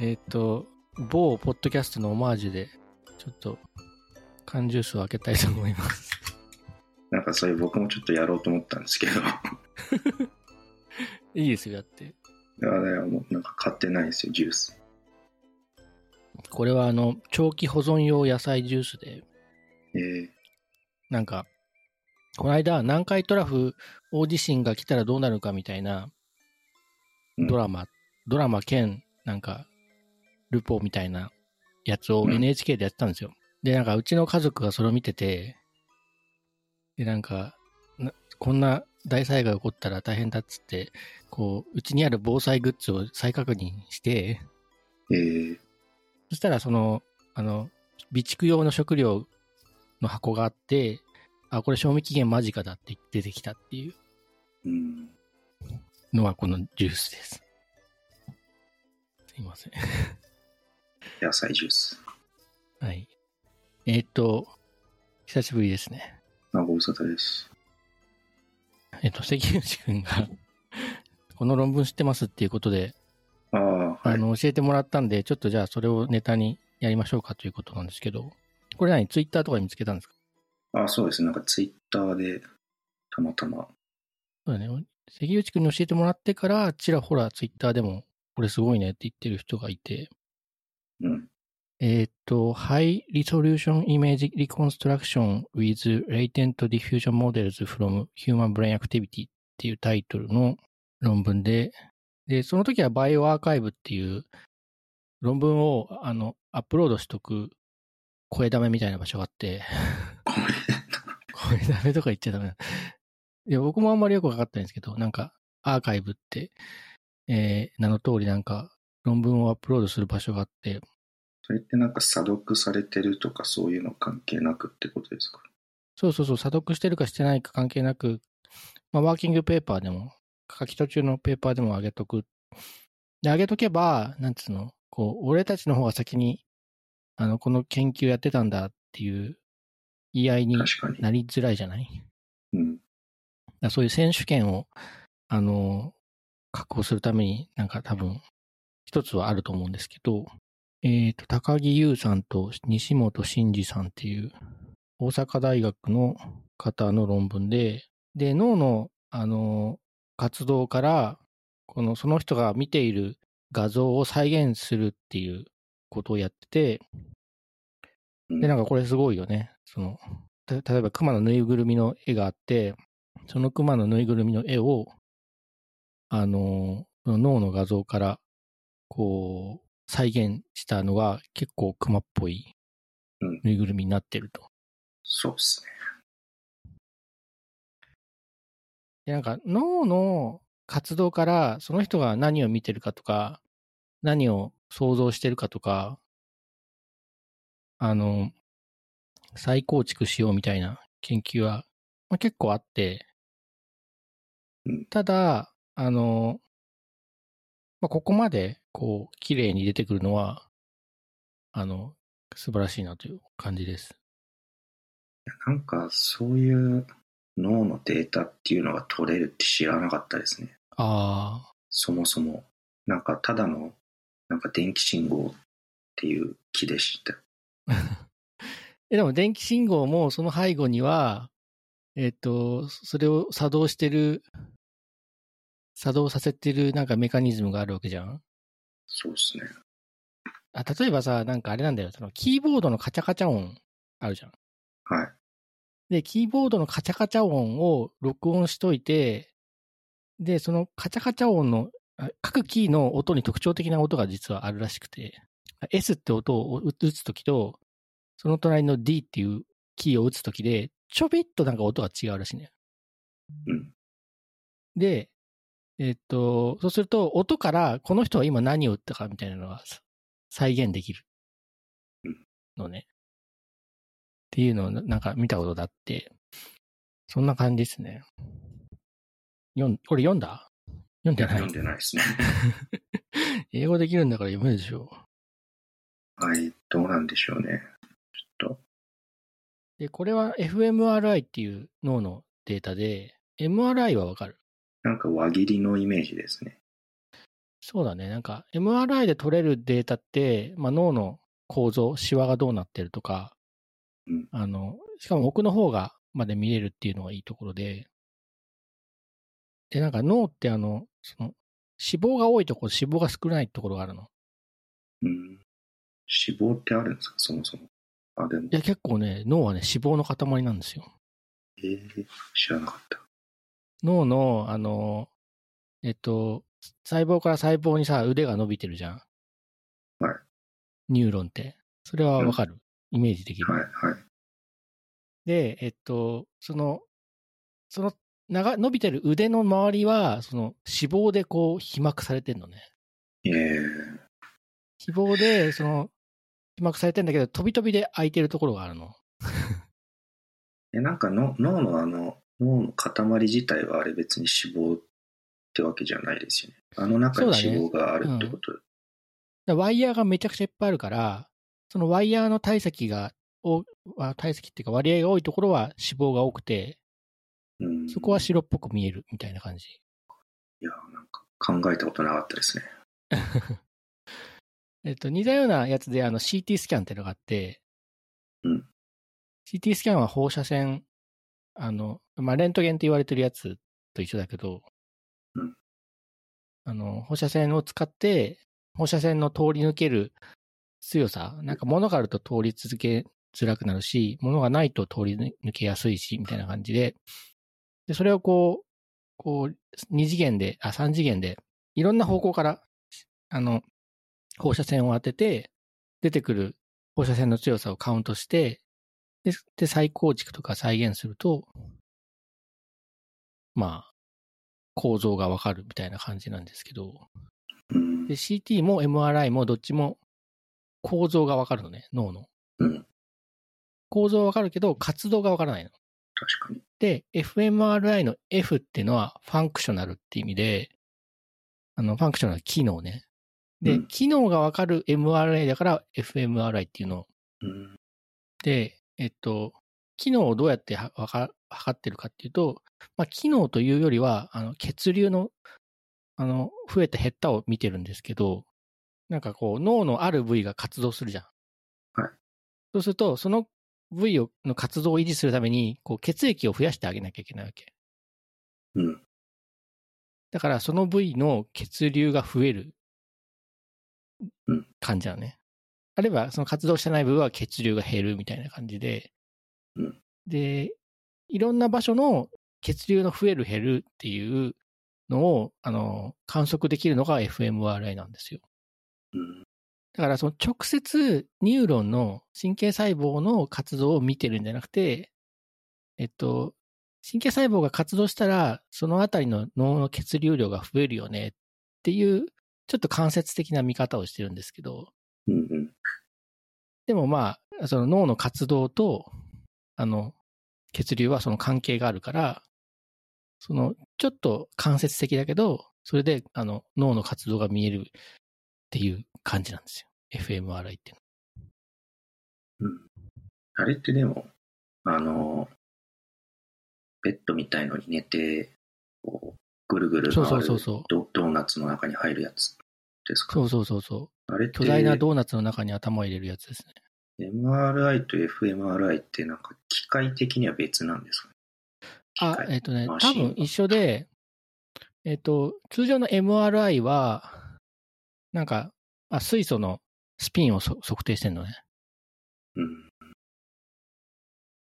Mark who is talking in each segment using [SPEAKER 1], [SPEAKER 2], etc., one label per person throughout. [SPEAKER 1] えっ、と、某ポッドキャストのオマージュで、ちょっと、缶ジュースを開けたいと思います。
[SPEAKER 2] なんかそれ僕もちょっとやろうと思ったんですけど、
[SPEAKER 1] いいですよ、だって。
[SPEAKER 2] あれはもうなんか買ってないんですよ、ジュース。
[SPEAKER 1] これはあの、長期保存用野菜ジュースで、
[SPEAKER 2] えー、
[SPEAKER 1] なんか、この間、南海トラフ大地震が来たらどうなるかみたいな、
[SPEAKER 2] うん
[SPEAKER 1] ドラマ、ドラマ兼、なんか、ルポみたいなやつを
[SPEAKER 2] うん
[SPEAKER 1] NHK でやってたんですよ。で、なんか、うちの家族がそれを見てて、で、なんか、なこんな大災害起こったら大変だっつって、こう、うちにある防災グッズを再確認して、
[SPEAKER 2] えー、
[SPEAKER 1] そしたら、その、あの、備蓄用の食料の箱があって、あ、これ賞味期限間近だって出てきたっていう
[SPEAKER 2] うん。
[SPEAKER 1] のがこのジュースです。すいません。
[SPEAKER 2] 野菜ジュース。
[SPEAKER 1] はい。えーっと、久しぶりですね。
[SPEAKER 2] あ、ご無沙汰です。
[SPEAKER 1] えーっと、関口くんが、この論文知ってますっていうことで、
[SPEAKER 2] ああ、は
[SPEAKER 1] あ
[SPEAKER 2] い。
[SPEAKER 1] の、教えてもらったんで、ちょっとじゃあそれをネタにやりましょうかということなんですけど、これ何ツイッターとかで見つけたんですか
[SPEAKER 2] あそうですね。なんかツイッターで、たまたま。
[SPEAKER 1] そうだね。関口くんに教えてもらってから、ちらほらツイッターでも、これすごいねって言ってる人がいて、
[SPEAKER 2] うん。
[SPEAKER 1] えーっと、High Resolution Image Reconstruction with Latent Diffusion Models from Human Brain Activity っていうタイトルの論文で、で、その時はバイオアーカイブっていう論文をあのアップロードしとく声ダメみたいな場所があって、
[SPEAKER 2] こ
[SPEAKER 1] 声ダメとか言っちゃダメだ。いや、僕もあんまりよくわかってないんですけど、なんかアーカイブって、えー名の通りなんか論文をアップロードする場所があって、
[SPEAKER 2] それってなんか査読されてるとかそういうの関係なくってことですか
[SPEAKER 1] そうそうそう、査読してるかしてないか関係なく、まあ、ワーキングペーパーでも、書き途中のペーパーでも上げとく。で、上げとけば、なんつうの、こう、俺たちの方が先に、あの、この研究やってたんだっていう、言い合いに
[SPEAKER 2] 確かに。
[SPEAKER 1] なりづらいじゃないだか
[SPEAKER 2] うん。
[SPEAKER 1] らそういう選手権を、あの、確保するために、なんか多分、一つはあると思うんですけど、えっ、と、高木優さんと西本慎二さんっていう、大阪大学の方の論文で、で、脳の、あの、活動から、この、その人が見ている画像を再現するっていうことをやって
[SPEAKER 2] う
[SPEAKER 1] て、
[SPEAKER 2] ん
[SPEAKER 1] で、なんかこれすごいよね。その、た例えば熊のぬいぐるみの絵があって、その熊のぬいぐるみの絵を、あの、その脳の画像から、こう、再現したのが結構熊っぽい
[SPEAKER 2] うん
[SPEAKER 1] ぬいぐるみになってると。
[SPEAKER 2] そうっすね。
[SPEAKER 1] で、なんか脳の活動からその人が何を見てるかとか、何を想像してるかとか、あの、再構築しようみたいな研究は、まあ、結構あって
[SPEAKER 2] うん、
[SPEAKER 1] ただ、あの、まあ、ここまで、こう、綺麗に出てくるのは、あの、素晴らしいなという感じです。
[SPEAKER 2] なんかそういう脳のデータっていうのが取れるって知らなかったですね。
[SPEAKER 1] あ
[SPEAKER 2] そもそも。なんかただの、なんか電気信号っていう気でした。
[SPEAKER 1] あ。え、でも電気信号もその背後には、えっ、と、それを作動してる、作動させてるなんかメカニズムがあるわけじゃん
[SPEAKER 2] そうっすね。
[SPEAKER 1] あ、例えばさ、なんかあれなんだよ。そのキーボードのカチャカチャ音あるじゃん。
[SPEAKER 2] はい。
[SPEAKER 1] で、キーボードのカチャカチャ音を録音しといて、で、そのカチャカチャ音の、あ各キーの音に特徴的な音が実はあるらしくて、あ S って音を打打つときと、その隣の D っていうキーを打つときで、ちょびっとなんか音が違うらしいね。
[SPEAKER 2] うん。
[SPEAKER 1] で、えっと、そうすると、音からこの人は今何を打ったかみたいなのがさ再現できる
[SPEAKER 2] うん
[SPEAKER 1] のね。っていうのをななんか見たことだって、そんな感じですね。読ん、これ読んだ読んでな
[SPEAKER 2] 読ん
[SPEAKER 1] い。
[SPEAKER 2] でないですね。
[SPEAKER 1] 英語できるんだから読めるでしょ。
[SPEAKER 2] はい。どうなんでしょうね。ちょっと。
[SPEAKER 1] で、これは fMRI っていう脳のデータで、MRI はわかる。
[SPEAKER 2] なんか輪切りのイメージですね。
[SPEAKER 1] そうだね。なんか MRI で取れるデータって、まあ、脳の構造、シワがどうなってるとか、
[SPEAKER 2] うん
[SPEAKER 1] あの、しかも奥の方がまで見れるっていうのがいいところで、で、なんか脳ってあの、その、脂肪が多いところ、脂肪が少ないところがあるの。
[SPEAKER 2] うん。脂肪ってあるんですか、そもそも。あ、でも
[SPEAKER 1] い、や、結構ね、脳はね、脂肪の塊なんですよ。
[SPEAKER 2] えー知らなかった。
[SPEAKER 1] 脳の、あの、えっと、細胞から細胞にさ、腕が伸びてるじゃん。
[SPEAKER 2] はい。
[SPEAKER 1] ニューロンって。それはわかる。イメージできる。
[SPEAKER 2] はい、はい。
[SPEAKER 1] で、えっと、その、その、長、伸びてる腕の周りは、その、脂肪でこう、被膜されてんのね。
[SPEAKER 2] えー、
[SPEAKER 1] 脂肪で、その、被膜されてんだけど、飛び飛びで空いてるところがあるの。
[SPEAKER 2] えなんかの脳のあの、脳の塊自体はあれ別に脂肪ってわけじゃないですよね。あの中に
[SPEAKER 1] そうだね
[SPEAKER 2] 脂肪があるってこと。
[SPEAKER 1] でワイヤーがめちゃくちゃいっぱいあるから、そのワイヤーの体積が、おあ体積っていうか割合が多いところは脂肪が多くて、
[SPEAKER 2] うん。
[SPEAKER 1] そこは白っぽく見えるみたいな感じ。
[SPEAKER 2] いや、なんか考えたことなかったですね。
[SPEAKER 1] えっと、似たようなやつで、あの、CT スキャンってのがあって、
[SPEAKER 2] うん。
[SPEAKER 1] CT スキャンは放射線、あの、まあ、レントゲンって言われてるやつと一緒だけど、
[SPEAKER 2] うん。
[SPEAKER 1] あの、放射線を使って、放射線の通り抜ける強さ、なんか物があると通り続けづらくなるし、物がないと通り抜けやすいし、みたいな感じで、で、それをこう、こう、2次元で、あ、3次元で、いろんな方向から、あの、放射線を当てて、出てくる放射線の強さをカウントして、で、で再構築とか再現すると、まあ、構造がわかるみたいな感じなんですけど、
[SPEAKER 2] うん
[SPEAKER 1] で、。CT も MRI もどっちも構造がわかるのね、脳の。
[SPEAKER 2] うん。
[SPEAKER 1] 構造はわかるけど、活動がわからないの。
[SPEAKER 2] 確かに。
[SPEAKER 1] で、fMRI の F っていうのはファンクショナルって意味で、あの、ファンクショナルは機能ね。で、
[SPEAKER 2] うん
[SPEAKER 1] 機能がわかる MRI だから fMRI っていうの
[SPEAKER 2] うん。
[SPEAKER 1] で、えっと、機能をどうやってはわか測ってるかっていうと、まあ、機能というよりは、あの、血流の、あの、増えた減ったを見てるんですけど、なんかこう、脳のある部位が活動するじゃん。
[SPEAKER 2] はい。
[SPEAKER 1] そうすると、その部位をの活動を維持するために、こう、血液を増やしてあげなきゃいけないわけ。
[SPEAKER 2] うん。
[SPEAKER 1] だから、その部位の血流が増える
[SPEAKER 2] うん
[SPEAKER 1] 感じなのね。あるいは、その活動してない部分は血流が減るみたいな感じで
[SPEAKER 2] うん、
[SPEAKER 1] で、いろんな場所の血流の増える減るっていうのを、あの、観測できるのが FMRI なんですよ。
[SPEAKER 2] うん。
[SPEAKER 1] だから、その直接ニューロンの神経細胞の活動を見てるんじゃなくて、えっと、神経細胞が活動したら、そのあたりの脳の血流量が増えるよねっていう、ちょっと間接的な見方をしてるんですけど、
[SPEAKER 2] うん。うん。
[SPEAKER 1] でもまあ、その脳の活動と、あの、血流はその関係があるから、その、ちょっと間接的だけど、それで、あの、脳の活動が見えるっていう感じなんですよ。FMRI っていうのは
[SPEAKER 2] うんあれってでも、あの、ベッドみたいのに寝て、こう、ぐるぐる回る
[SPEAKER 1] そうそうそうそう
[SPEAKER 2] ドドーナツの中に入るやつですか
[SPEAKER 1] そうそうそうそう。
[SPEAKER 2] あれって
[SPEAKER 1] 巨大なドーナツの中に頭を入れるやつですね。
[SPEAKER 2] MRI と FMRI ってなんか機械的には別なんですかね
[SPEAKER 1] あ、えっ、とね、
[SPEAKER 2] マシ
[SPEAKER 1] 多分
[SPEAKER 2] ン
[SPEAKER 1] 一緒で、えっ、と、通常の MRI は、なんか、あ水素のスピンをそ測定してるのね。
[SPEAKER 2] うん。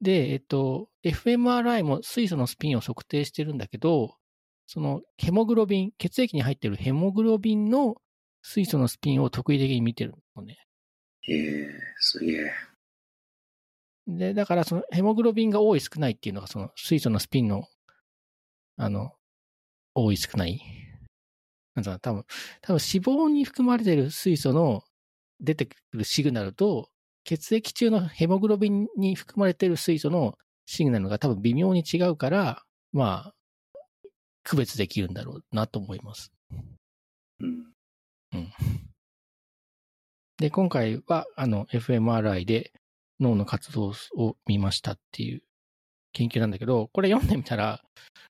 [SPEAKER 1] で、えっ、と、FMRI も水素のスピンを測定してるんだけど、そのヘモグロビン、血液に入ってるヘモグロビンの水素のスピンを特異的に見てるのね。
[SPEAKER 2] えー、すげえ。
[SPEAKER 1] で、だからそのヘモグロビンが多い少ないっていうのがその水素のスピンの、あの、多い少ない。なんだろう多分、多分脂肪に含まれている水素の出てくるシグナルと、血液中のヘモグロビンに含まれている水素のシグナルが多分微妙に違うから、まあ、区別できるんだろうなと思います。
[SPEAKER 2] うん。
[SPEAKER 1] で、今回は、あの、fMRI で脳の活動を見ましたっていう研究なんだけど、これ読んでみたら、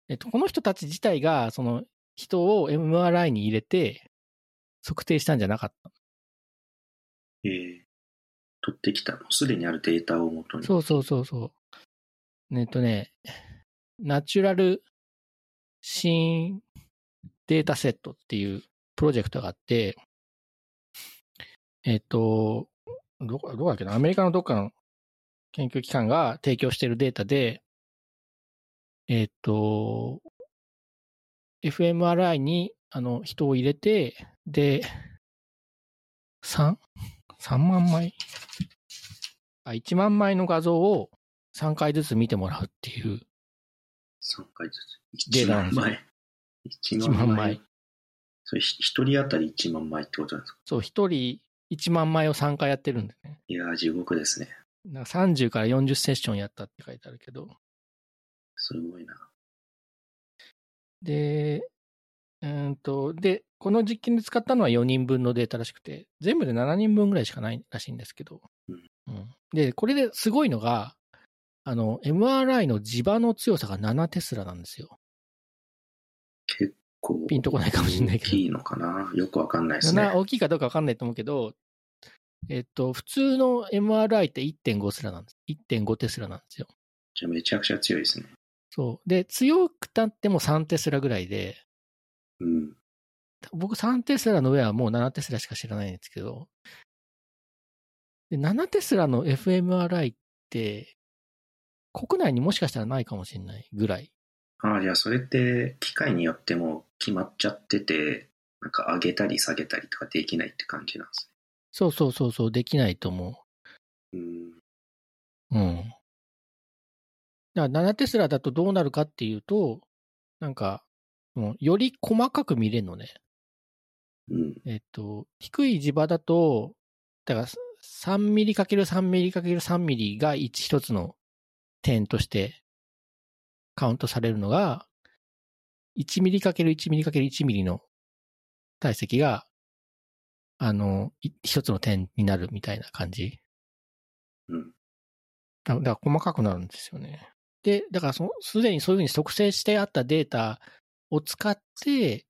[SPEAKER 1] えっと、この人たち自体が、その、人を MRI に入れて、測定したんじゃなかった。
[SPEAKER 2] えー取ってきたの。すでにあるデータをもとに。
[SPEAKER 1] そうそうそうそう。えっとね、ナチュラルシーンデータセットっていうプロジェクトがあって、えっと、どこ、どこだっけな、アメリカのどっかの研究機関が提供しているデータで、えっと、FMRI にあの人を入れて、で、3?3 万枚あ ?1 万枚の画像を3回ずつ見てもらうっていう
[SPEAKER 2] 3回ずつ。
[SPEAKER 1] デー
[SPEAKER 2] 1
[SPEAKER 1] タなんで
[SPEAKER 2] 万
[SPEAKER 1] すよ1
[SPEAKER 2] 枚。1
[SPEAKER 1] 万枚。
[SPEAKER 2] それ、ひ一人当たり1万枚ってことなんですか
[SPEAKER 1] そう、一人1万枚を3回やってるんでね。
[SPEAKER 2] いやー、地獄ですね。
[SPEAKER 1] なんか30から40セッションやったって書いてあるけど。
[SPEAKER 2] すごいな。
[SPEAKER 1] で、うーんと、で、この実験で使ったのは4人分のデータらしくて、全部で7人分ぐらいしかないらしいんですけど。
[SPEAKER 2] うん
[SPEAKER 1] うんで、これですごいのが、あの、MRI の磁場の強さが7テスラなんですよ。
[SPEAKER 2] 結構。
[SPEAKER 1] ピンとこないかもしれないけど
[SPEAKER 2] 大きいのかなよくわかんないですね。
[SPEAKER 1] 7、大きいかどうかわかんないと思うけど、えっと、普通の MRI って1.5テスラなんです。1.5テスラなんですよ。
[SPEAKER 2] じゃあめちゃくちゃ強いですね。
[SPEAKER 1] そう。で、強くたっても3テスラぐらいで、
[SPEAKER 2] うん。
[SPEAKER 1] 僕3テスラの上はもう7テスラしか知らないんですけど、で7テスラの FMRI って、国内にもしかしたらないかもしれないぐらい。
[SPEAKER 2] ああ、じゃあそれって、機械によっても決まっちゃってて、なんか上げたり下げたりとかできないって感じなんです
[SPEAKER 1] そうそうそうそう、できないと思
[SPEAKER 2] ね。うん。
[SPEAKER 1] う。うん。だから7テスラだとどうなるかっていうと、なんか、うんより細かく見れるのね。
[SPEAKER 2] うん。
[SPEAKER 1] えっと、低い磁場だと、だから3ミリ ×3 ミリ ×3 ミリが一一つの点としてカウントされるのが、1ミリ ×1 ミリ ×1 ミリの体積が、あの、い一つの点になるみたいな感じ。
[SPEAKER 2] うん。
[SPEAKER 1] だだから細かくなるんですよね。で、だからその、すでにそういうふうに測定してあったデータを使って、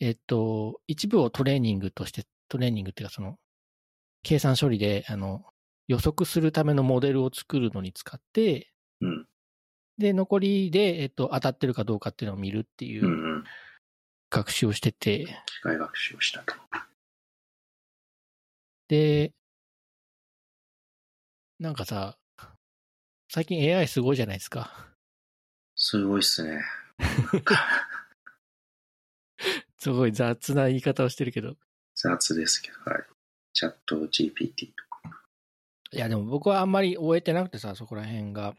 [SPEAKER 1] えっと、一部をトレーニングとして、トレーニングっていうかその、計算処理で、あの、予測するためのモデルを作るのに使って、
[SPEAKER 2] うん。
[SPEAKER 1] で、残りで、えっと、当たってるかどうかっていうのを見るってい
[SPEAKER 2] うん。
[SPEAKER 1] う
[SPEAKER 2] うん。
[SPEAKER 1] 学習をしてて、
[SPEAKER 2] 機械学習をしたと。
[SPEAKER 1] で、なんかさ、最近 AI すごいじゃないですか。
[SPEAKER 2] すごいっすね。
[SPEAKER 1] すごい雑な言い方をしてるけど。
[SPEAKER 2] 雑ですけど、はい。チャット GPT とか。
[SPEAKER 1] いや、でも僕はあんまり終えてなくてさ、そこら辺が。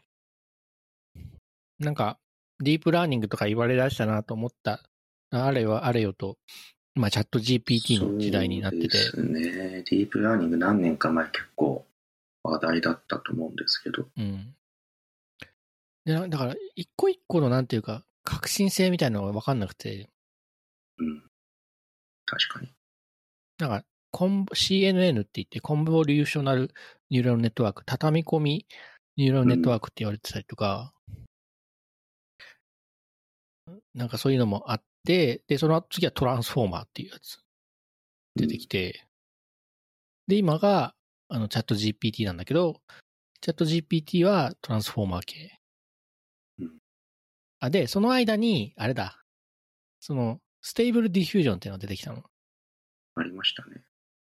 [SPEAKER 1] なんか、ディープラーニングとか言われだしたなと思った。あれはあれよと、まあ、チャット GPT の時代になってて。
[SPEAKER 2] そうですね。ディープラーニング何年か前結構話題だったと思うんですけど。
[SPEAKER 1] うん。でなだから、一個一個のなんていうか、革新性みたいなのが分かんなくて、
[SPEAKER 2] うん。確かに。
[SPEAKER 1] なんか、コンボ CNN って言って、コンボリューショナルニューラルネットワーク、畳み込みニューラルネットワークって言われてたりとか、なんかそういうのもあって、で、その次はトランスフォーマーっていうやつ出てきて、で、今が、あの、チャット GPT なんだけど、チャット GPT はトランスフォーマー系
[SPEAKER 2] うん。
[SPEAKER 1] あ、で、その間に、あれだ、その、ステーブルディフュージョンっていうのが出てきたの。
[SPEAKER 2] ありましたね。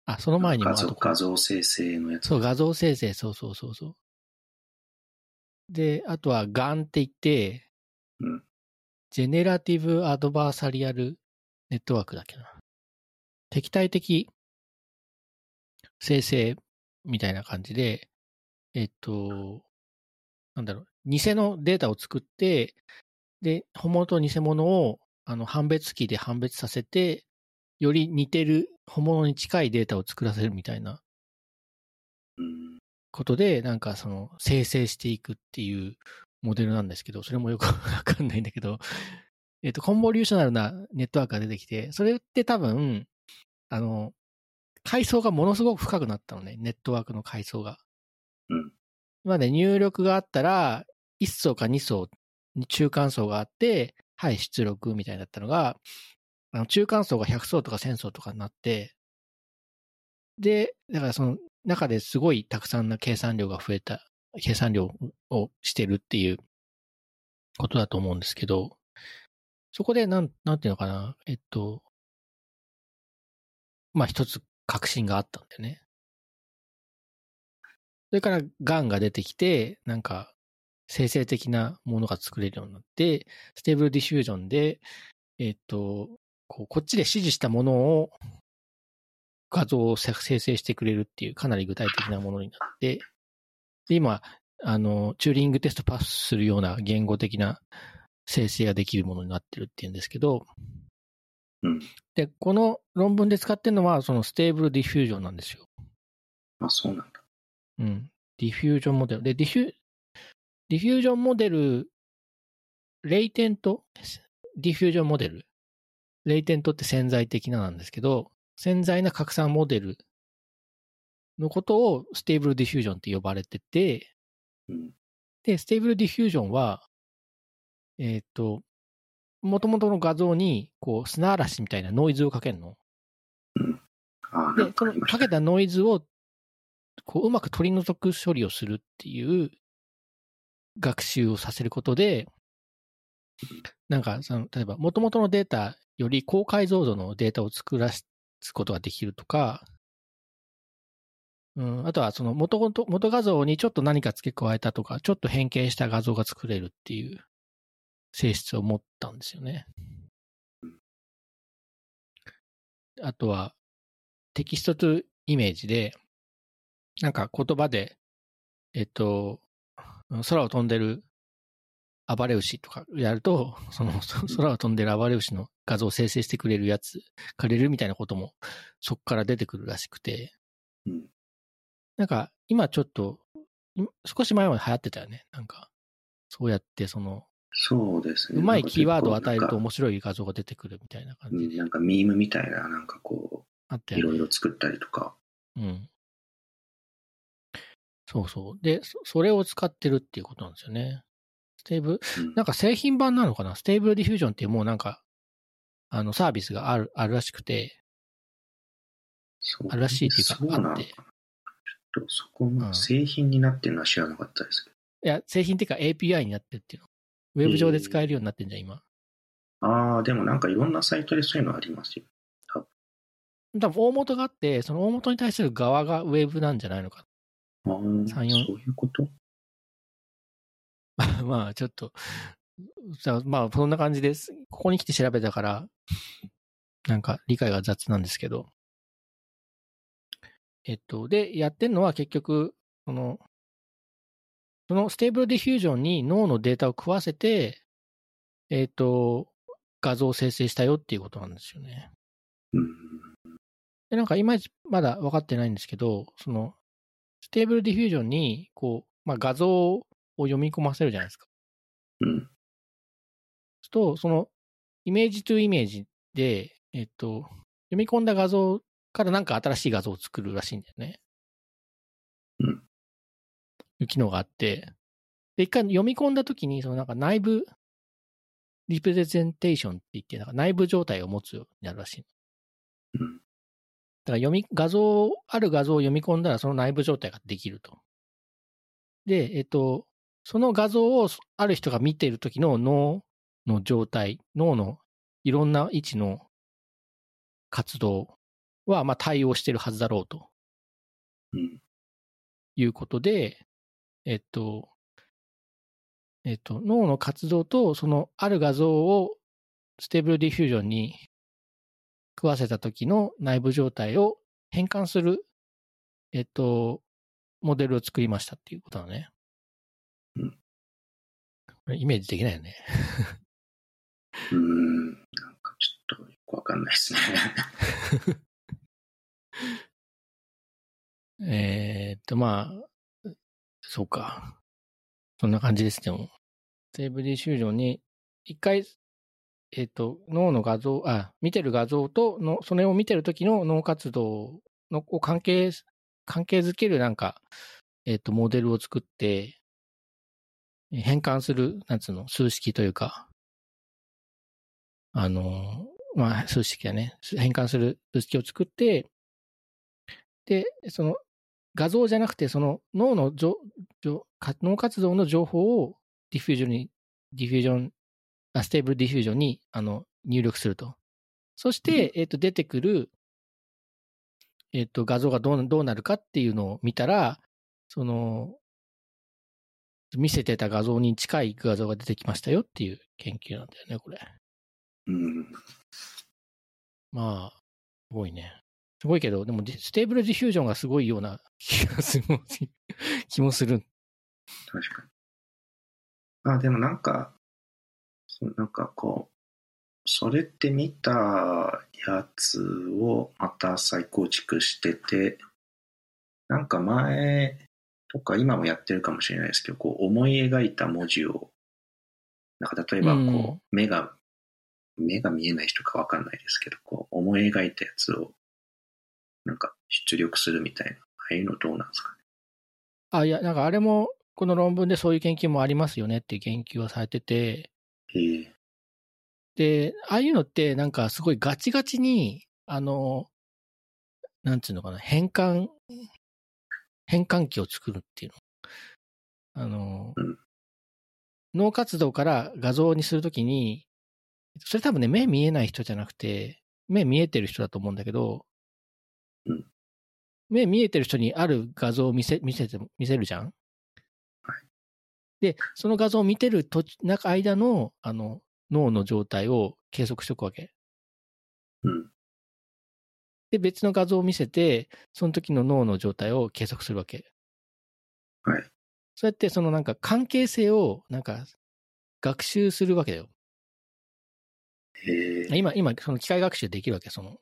[SPEAKER 1] あ、その前にも
[SPEAKER 2] 画
[SPEAKER 1] あ
[SPEAKER 2] 像
[SPEAKER 1] と
[SPEAKER 2] 画像生成のやつ。
[SPEAKER 1] そう、画像生成、そうそうそうそう。で、あとは GAN って言って、
[SPEAKER 2] うん
[SPEAKER 1] ジェネラティブアドバーサリアルネットワークだっけな。敵対的生成みたいな感じで、えっと、なんだろう、偽のデータを作って、で、本物と偽物をあの判別機で判別させて、より似てる本物に近いデータを作らせるみたいな
[SPEAKER 2] うん。
[SPEAKER 1] ことで、なんかその生成していくっていうモデルなんですけど、それもよく わかんないんだけど、えっと、コンボリューショナルなネットワークが出てきて、それって多分、あの、階層がものすごく深くなったのね、ネットワークの階層が。
[SPEAKER 2] うん。
[SPEAKER 1] まで入力があったら、1層か2層、中間層があって、はい、出力みたいだったのが、あの中間層が100層とか1000層とかになって、で、だからその中ですごいたくさんの計算量が増えた、計算量をしてるっていうことだと思うんですけど、そこでなん、なんていうのかな、えっと、まあ一つ確信があったんだよね。それから、ガンが出てきて、なんか、生成的なものが作れるようになって、ステーブルディフュージョンで、えっと、こうこっちで指示したものを画像を生生成してくれるっていうかなり具体的なものになって、で今、あの、チューリングテストパスするような言語的な生成ができるものになってるっていうんですけど、
[SPEAKER 2] うん。
[SPEAKER 1] で、この論文で使ってるのは、そのステーブルディフュージョンなんですよ。
[SPEAKER 2] あ、そうなんだ。
[SPEAKER 1] うん。ディフュージョンモデル。で、ディフュー、ディフュージョンモデル、レイテント、ディフュージョンモデル。レイテントって潜在的ななんですけど、潜在な拡散モデルのことをステーブルディフュージョンって呼ばれてて、
[SPEAKER 2] うん。
[SPEAKER 1] で、ステーブルディフュージョンは、えっ、と、元々の画像に、こう、砂嵐みたいなノイズをかけるの。
[SPEAKER 2] あ、な
[SPEAKER 1] で
[SPEAKER 2] ん、
[SPEAKER 1] そ
[SPEAKER 2] かあ
[SPEAKER 1] の
[SPEAKER 2] りま
[SPEAKER 1] か
[SPEAKER 2] した
[SPEAKER 1] け
[SPEAKER 2] ね。
[SPEAKER 1] たノイズを、こう、うまく取り除く処理をするっていう学習をさせることで、なんか、その、例えば、元々のデータより高解像度のデータを作らすことができるとか、うん、あとは、その元々、元画像にちょっと何か付け加えたとか、ちょっと変形した画像が作れるっていう性質を持ったんですよね。あとは、テキストとイメージで、なんか言葉で、えっと、空を飛んでる暴れ牛とかやると、そのそ空を飛んでる暴れ牛の画像を生成してくれるやつ、くれるみたいなこともそこから出てくるらしくて、
[SPEAKER 2] うん
[SPEAKER 1] なんか今ちょっと、い少し前まで流行ってたよね。なんか、そうやってその、
[SPEAKER 2] そうですね。
[SPEAKER 1] うまいキーワードを与えると
[SPEAKER 2] 思
[SPEAKER 1] 面白い画像が出てくるみたいな感
[SPEAKER 2] う
[SPEAKER 1] じ
[SPEAKER 2] ん。
[SPEAKER 1] で
[SPEAKER 2] なんかミームみたいな、なんかこ
[SPEAKER 1] あった
[SPEAKER 2] う、
[SPEAKER 1] よ
[SPEAKER 2] い
[SPEAKER 1] ね
[SPEAKER 2] ろいろ作ったりとか。
[SPEAKER 1] うん。そうそう。で、そそれを使ってるっていうことなんですよね。ステーブル、
[SPEAKER 2] うん
[SPEAKER 1] なんか製品版なのかなステーブルディフュージョンっていうもうなんか、あの、サービスがある、あるらしくて、
[SPEAKER 2] そう
[SPEAKER 1] あるらしいっていうか
[SPEAKER 2] そうな
[SPEAKER 1] あ
[SPEAKER 2] の
[SPEAKER 1] っ
[SPEAKER 2] か
[SPEAKER 1] て
[SPEAKER 2] な。ちょっとそこ
[SPEAKER 1] う
[SPEAKER 2] も
[SPEAKER 1] ん
[SPEAKER 2] 製品になってるのは知らなかったですけ
[SPEAKER 1] いや、製品っていうか API になってるっていうの。ウェブ上で使えるようになってんじゃん、今。
[SPEAKER 2] ど。ああ、でもなんかいろんなサイトでそういうのありますよ。
[SPEAKER 1] 多分大元があって、その大元に対する側がウェブなんじゃないのか
[SPEAKER 2] ああ、そう
[SPEAKER 1] 三
[SPEAKER 2] い
[SPEAKER 1] 四
[SPEAKER 2] うこと
[SPEAKER 1] な。 まあ、ちょっと、じゃあまあ、そんな感じです。ここに来て調べたから、なんか理解が雑なんですけど。えっと、で、やってるのは結局、その、そのステーブルディフュージョンに脳のデータを食わせて、えっと、画像を生成したよっていうことなんですよね。
[SPEAKER 2] うん。
[SPEAKER 1] で、なんかいまいちまだ分かってないんですけど、その、ステーブルディフュージョンに、こう、まあ画像を読み込ませるじゃないですか。
[SPEAKER 2] うん。
[SPEAKER 1] と、その、イメージトゥイメージで、えっと、読み込んだ画像からなんか新しい画像を作るらしいんだよね。
[SPEAKER 2] うん。
[SPEAKER 1] いう機能があって、で、一回読み込んだ時に、そのなんか内部、リプレゼンテーションって言って、なんか内部状態を持つようになるらしいの。
[SPEAKER 2] うん。
[SPEAKER 1] だから読み、画像、ある画像を読み込んだらその内部状態ができると。で、えっと、その画像をある人が見ている時の脳の状態、脳のいろんな位置の活動は、まあ対応してるはずだろうと
[SPEAKER 2] うん。
[SPEAKER 1] いうことで、えっと、えっと、脳の活動と、そのある画像をステーブルディフュージョンに食わせた時の内部状態を変換する、えっと、モデルを作りましたっていうことだね。
[SPEAKER 2] うん
[SPEAKER 1] これイメージできないよね。
[SPEAKER 2] うん。なんかちょっとよくわかんないですね。
[SPEAKER 1] えーっと、まあ、そうか。そんな感じです、でも。セーブディフュージョンに、一回、えーっと、脳の画像、あ、見てる画像との、それを見てる時の脳活動のを関係、関係づけるなんか、えーっと、モデルを作って、えー変換する、なんつうの、数式というか、あのー、まあ、数式だね。変換する数式を作って、で、その画像じゃなくて、その脳のじょじょか脳活動の情報をディフュージョンに、ディフュージョン、あステーブルディフュージョンにあの入力すると。そして、えっ、と、出てくる、えっ、と、画像がどうどうなるかっていうのを見たら、その、見せてた画像に近い画像が出てきましたよっていう研究なんだよね、これ。
[SPEAKER 2] うん。
[SPEAKER 1] まあ、すごいね。すごいけど、でもディ、ステーブルディフュージョンがすごいような気がする、 気もする。
[SPEAKER 2] 確かに。あ、でもなんか、そうなんかこう、それって見たやつをまた再構築してて、なんか前とか今もやってるかもしれないですけど、こう思い描いた文字を、なんか例えばこう、
[SPEAKER 1] うん
[SPEAKER 2] 目が、目が見えない人かわかんないですけど、こう思い描いたやつを、なんか出力するみたいな、ああいうのどうなんですかね。
[SPEAKER 1] あ、いや、なんかあれも、この論文でそういう研究もありますよねっていう研究はされてて、
[SPEAKER 2] へえ
[SPEAKER 1] で、ああいうのってなんかすごいガチガチに、あの、なんつうのかな、変換、変換器を作るっていうの。あの、
[SPEAKER 2] うん
[SPEAKER 1] 脳活動から画像にするときに、それ多分ね、目見えない人じゃなくて、目見えてる人だと思うんだけど、
[SPEAKER 2] うん
[SPEAKER 1] 目見えてる人にある画像を見せ、見せても、見せるじゃんで、その画像を見てる途中、中間の、あの、脳の状態を計測しておくわけ。
[SPEAKER 2] うん。
[SPEAKER 1] で、別の画像を見せて、その時の脳の状態を計測するわけ。
[SPEAKER 2] はい。
[SPEAKER 1] そうやって、そのなんか関係性を、なんか、学習するわけだよ。
[SPEAKER 2] へえ
[SPEAKER 1] 今、今、その機械学習できるわけ。その、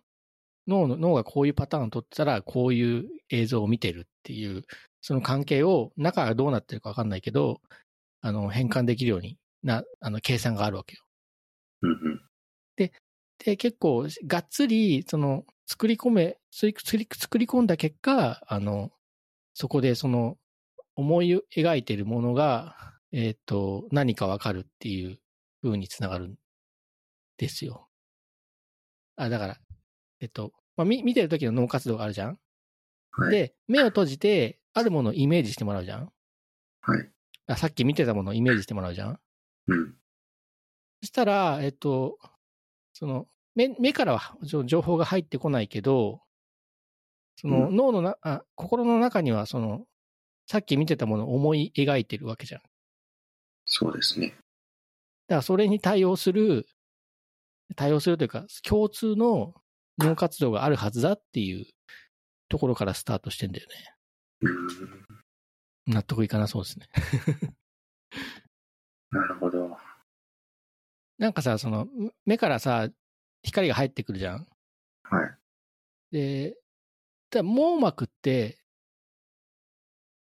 [SPEAKER 1] 脳の、脳がこういうパターンを取ってたら、こういう映像を見てるっていう、その関係を、中がどうなってるかわかんないけど、あの、変換できるようにな、あの、計算があるわけよ。
[SPEAKER 2] うんうん。
[SPEAKER 1] で、結構、がっつり、その、作り込め、作り作り作り込んだ結果、あの、そこでその、思い描いているものが、えっ、と、何かわかるっていう風につながるんですよ。あ、だから、えっと、まあ、み見てる時の脳活動があるじゃん
[SPEAKER 2] はい。
[SPEAKER 1] で、目を閉じて、あるものをイメージしてもらうじゃん
[SPEAKER 2] はい。
[SPEAKER 1] あさっき見てたものをイメージしてもらうじゃん
[SPEAKER 2] うん。
[SPEAKER 1] そしたら、えっと、その、目目からはじょ情報が入ってこないけど、その
[SPEAKER 2] う
[SPEAKER 1] 脳のな、あ、心の中には、その、さっき見てたものを思い描いてるわけじゃん。だか
[SPEAKER 2] そうですね。
[SPEAKER 1] らそれに対応する、対応するというか、共通の脳活動があるはずだっていうところからスタートしてんだよね。
[SPEAKER 2] うーん。
[SPEAKER 1] 納得いかなそうですね。
[SPEAKER 2] なるほど。
[SPEAKER 1] なんかさ、その、目目からさ、光が入ってくるじゃん
[SPEAKER 2] はい。
[SPEAKER 1] で、だ網膜って、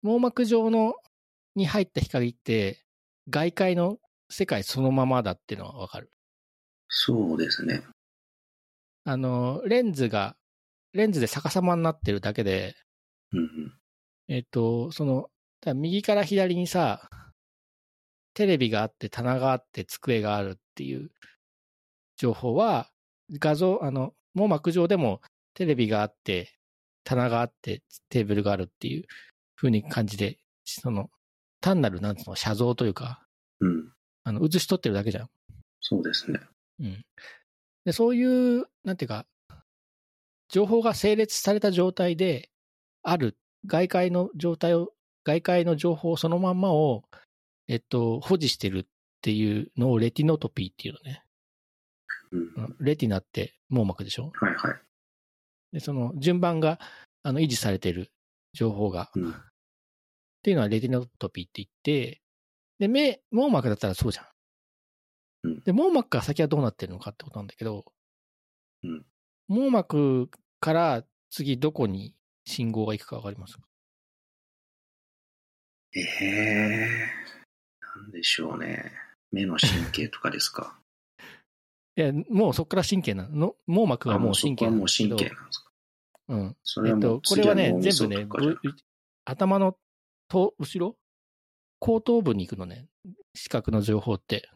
[SPEAKER 1] 網膜上のに入った光って、外界の世界そのままだっていうのはわかる。
[SPEAKER 2] そうですね。
[SPEAKER 1] あの、レンズが、レンズで逆さまになってるだけで、
[SPEAKER 2] うんうん。
[SPEAKER 1] えっと、その、だ右から左にさ、テレビがあって、棚があって、机があるっていう情報は、画像、あの、網膜上でもテレビがあって、棚があって、テーブルがあるっていう風に感じで、その、単なる、なんつうの、写像というか、
[SPEAKER 2] うん。
[SPEAKER 1] あの、写し取ってるだけじゃん。
[SPEAKER 2] そうですね。
[SPEAKER 1] うん。で、そういう、なんていうか、情報が整列された状態である、外界の状態を、外界の情報そのまんまを、えっと、保持してるっていうのをレティノトピーっていうのね。
[SPEAKER 2] うん。
[SPEAKER 1] レティナって網膜でしょ
[SPEAKER 2] はいはい。
[SPEAKER 1] で、その順番が、あの、維持されてる情報が。
[SPEAKER 2] うん。
[SPEAKER 1] っていうのはレティノトピーって言って、で、目、網膜だったらそうじゃん。
[SPEAKER 2] うん
[SPEAKER 1] で、網膜から先はどうなってるのかってことなんだけど、
[SPEAKER 2] うん
[SPEAKER 1] 網膜から次どこに信号が行くかわかりますか
[SPEAKER 2] ええー。なんでしょうね。目の神経とかですか。
[SPEAKER 1] いや、もうそこから神経なの。網膜 はもう
[SPEAKER 2] あ
[SPEAKER 1] 神経
[SPEAKER 2] そこは
[SPEAKER 1] なん
[SPEAKER 2] もう
[SPEAKER 1] ですけ
[SPEAKER 2] 神
[SPEAKER 1] ど
[SPEAKER 2] 経なんですか。
[SPEAKER 1] うん。
[SPEAKER 2] そ
[SPEAKER 1] え
[SPEAKER 2] れは
[SPEAKER 1] っ
[SPEAKER 2] もう
[SPEAKER 1] と、これはね、全
[SPEAKER 2] 次脳
[SPEAKER 1] 部
[SPEAKER 2] み
[SPEAKER 1] ね、
[SPEAKER 2] そとかじゃ
[SPEAKER 1] ぶ頭のと後ろ後頭部に行くのね。視覚の情報って。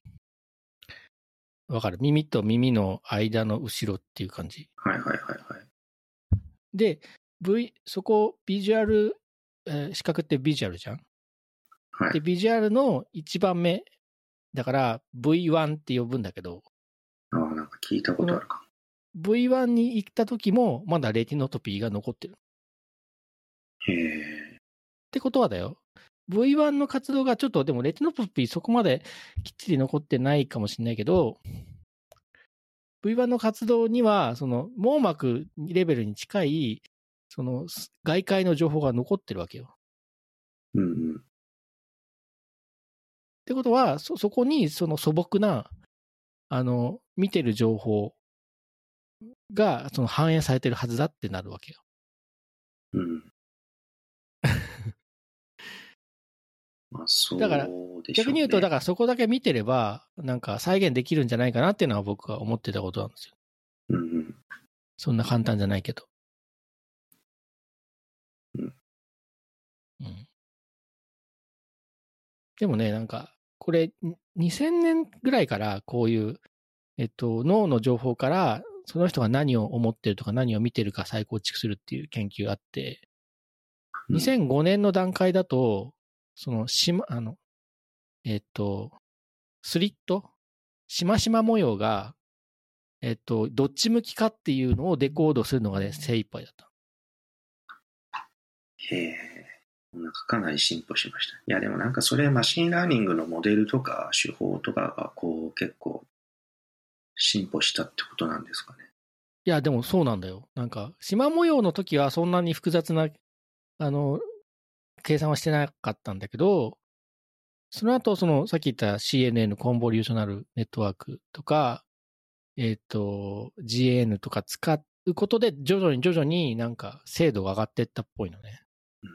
[SPEAKER 1] わかる耳と耳の間の後ろっていう感じ。
[SPEAKER 2] はいはいはいはい。
[SPEAKER 1] で、 V、そこ、ビジュアル、えー視覚ってビジュアルじゃん。
[SPEAKER 2] は
[SPEAKER 1] で、
[SPEAKER 2] い。
[SPEAKER 1] ビジュアルの1番目、だから V1 って呼ぶんだけど、
[SPEAKER 2] ああ、なんか聞いたことあるか
[SPEAKER 1] V1 に行った時も、まだレティノトピーが残ってる。っ
[SPEAKER 2] も。へえ。
[SPEAKER 1] てことはだよ。V1 の活動がちょっと、でもレティノトピーそこまできっちり残ってないかもしれないけど、V1 の活動には、その網膜レベルに近い、その外界の情報が残ってるわけよ。
[SPEAKER 2] うんうん。
[SPEAKER 1] ってことは、そ、そこにその素朴な、あの、見てる情報が、その反映されてるはずだってなるわけよ。
[SPEAKER 2] うん。まあ、そうで
[SPEAKER 1] だから
[SPEAKER 2] しょう、ね。
[SPEAKER 1] 逆に言うと、だ
[SPEAKER 2] か
[SPEAKER 1] からそこだけ見てれば、なんか再現できるんじゃないかなっていうのは僕は思ってたことなんですよ。
[SPEAKER 2] ら。うんうん。
[SPEAKER 1] そんな簡単じゃないけど。
[SPEAKER 2] うん。
[SPEAKER 1] うん。でもね、なんか、これ、に2000年ぐらいから、こういう、えっと、脳の情報から、その人が何を思ってるとか何を見てるか再構築するっていう研究があって、
[SPEAKER 2] うん
[SPEAKER 1] 2005年の段階だと、その、しま、あの、えっと、スリットしましま模様が、えっと、どっち向きかっていうのをデコードするのがね、精一杯だった。
[SPEAKER 2] へえ。なんかかなり進歩しました。いや、でもなんかそれマシンラーニングのモデルとか手法とかがこう結構進歩したってことなんですかね。
[SPEAKER 1] いや、でもそうなんだよ。なんか、縞模様の時はそんなに複雑な、あの、計算はしてなかったんだけど、その後、その、さっき言った CNN、コンボリューショナルネットワークとか、えっ、と、GAN とか使うことで、徐々に徐々になんか精度が上がっていったっぽいのね。
[SPEAKER 2] うん。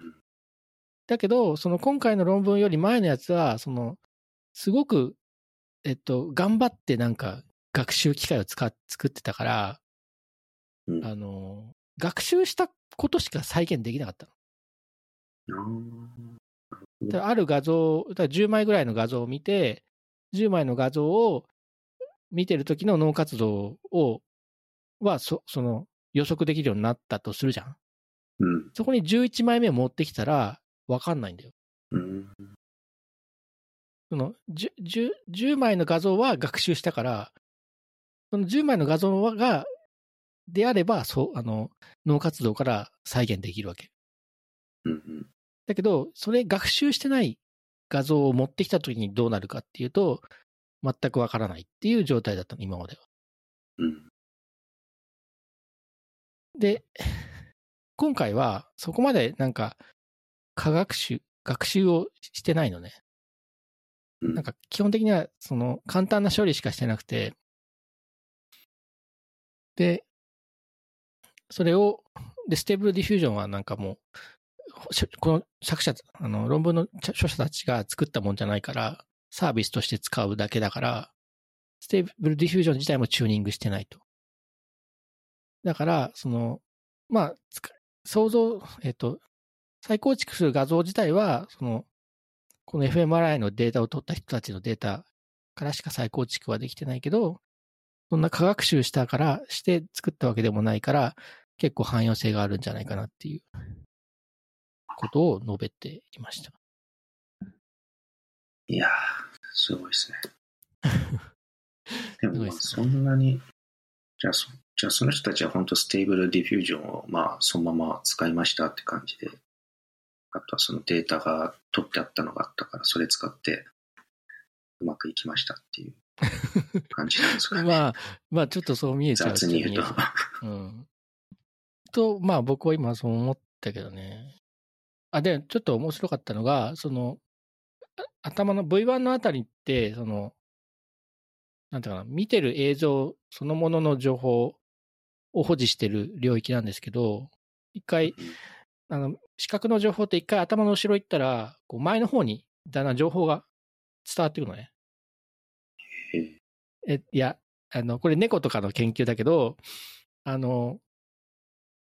[SPEAKER 1] だけど、その今回の論文より前のやつは、その、すごく、えっと、頑張ってなんか学習機会を使っ作ってたから、
[SPEAKER 2] うん
[SPEAKER 1] あの、学習したことしか再現できなかったの。
[SPEAKER 2] あ
[SPEAKER 1] だからある画像、だから10枚ぐらいの画像を見て、10枚の画像を見てる時の脳活動を、は、そその、予測できるようになったとするじゃん。
[SPEAKER 2] うん。
[SPEAKER 1] そこに11枚目持ってきたら、わかんないんだよ。
[SPEAKER 2] うん。
[SPEAKER 1] その 10, 10 10枚の画像は学習したから、その10枚の画像はが、であればそうあの脳活動から再現できるわけ。
[SPEAKER 2] うん。
[SPEAKER 1] だけど、それ学習してない画像を持ってきた時にどうなるかっていうと、全くわからないっていう状態だったの、今までは。
[SPEAKER 2] うん。
[SPEAKER 1] で、今回はそこまでなんか、科学習、学習をしてないのね。
[SPEAKER 2] うん
[SPEAKER 1] なんか基本的には、その、簡単な処理しかしてなくて、で、それを、で、ステーブルディフュージョンはなんかもう、しょこの作者、あの、論文の著者たちが作ったもんじゃないから、サービスとして使うだけだから、ステーブルディフュージョン自体もチューニングしてないと。だから、その、まあ、つか想像、えっと、再構築する画像自体は、その、この fMRI のデータを取った人たちのデータからしか再構築はできてないけど、そんな科学習したから、して作ったわけでもないから、結構汎用性があるんじゃないかなっていうことを述べていました。
[SPEAKER 2] いやー、すごいですね。 でも、まあ、
[SPEAKER 1] すご
[SPEAKER 2] そんなに、じゃあそ、じゃあその人たちは本当ステーブルディフュージョンを、まあ、そのまま使いましたって感じで、あとはそのデータが取ってあったのがあったから、それ使って、うまくいきましたっていう感じなんですか ね。
[SPEAKER 1] まあ、まあちょっとそう見えちゃう。
[SPEAKER 2] 雑 に言うと。
[SPEAKER 1] ちょっ見えちゃううん。と、まあ僕は今そう思ったけどね。あ、で、ちょっと面白かったのが、その、あ頭の V1 のあたりって、その、なんていうかな、見てる映像そのものの情報を保持してる領域なんですけど、一回、あの、視覚の情報って一回頭の後ろ行ったら、こう前の方にだんだん情報が伝わってくるのね。
[SPEAKER 2] へえ
[SPEAKER 1] え、いや、あの、これ猫とかの研究だけど、あの、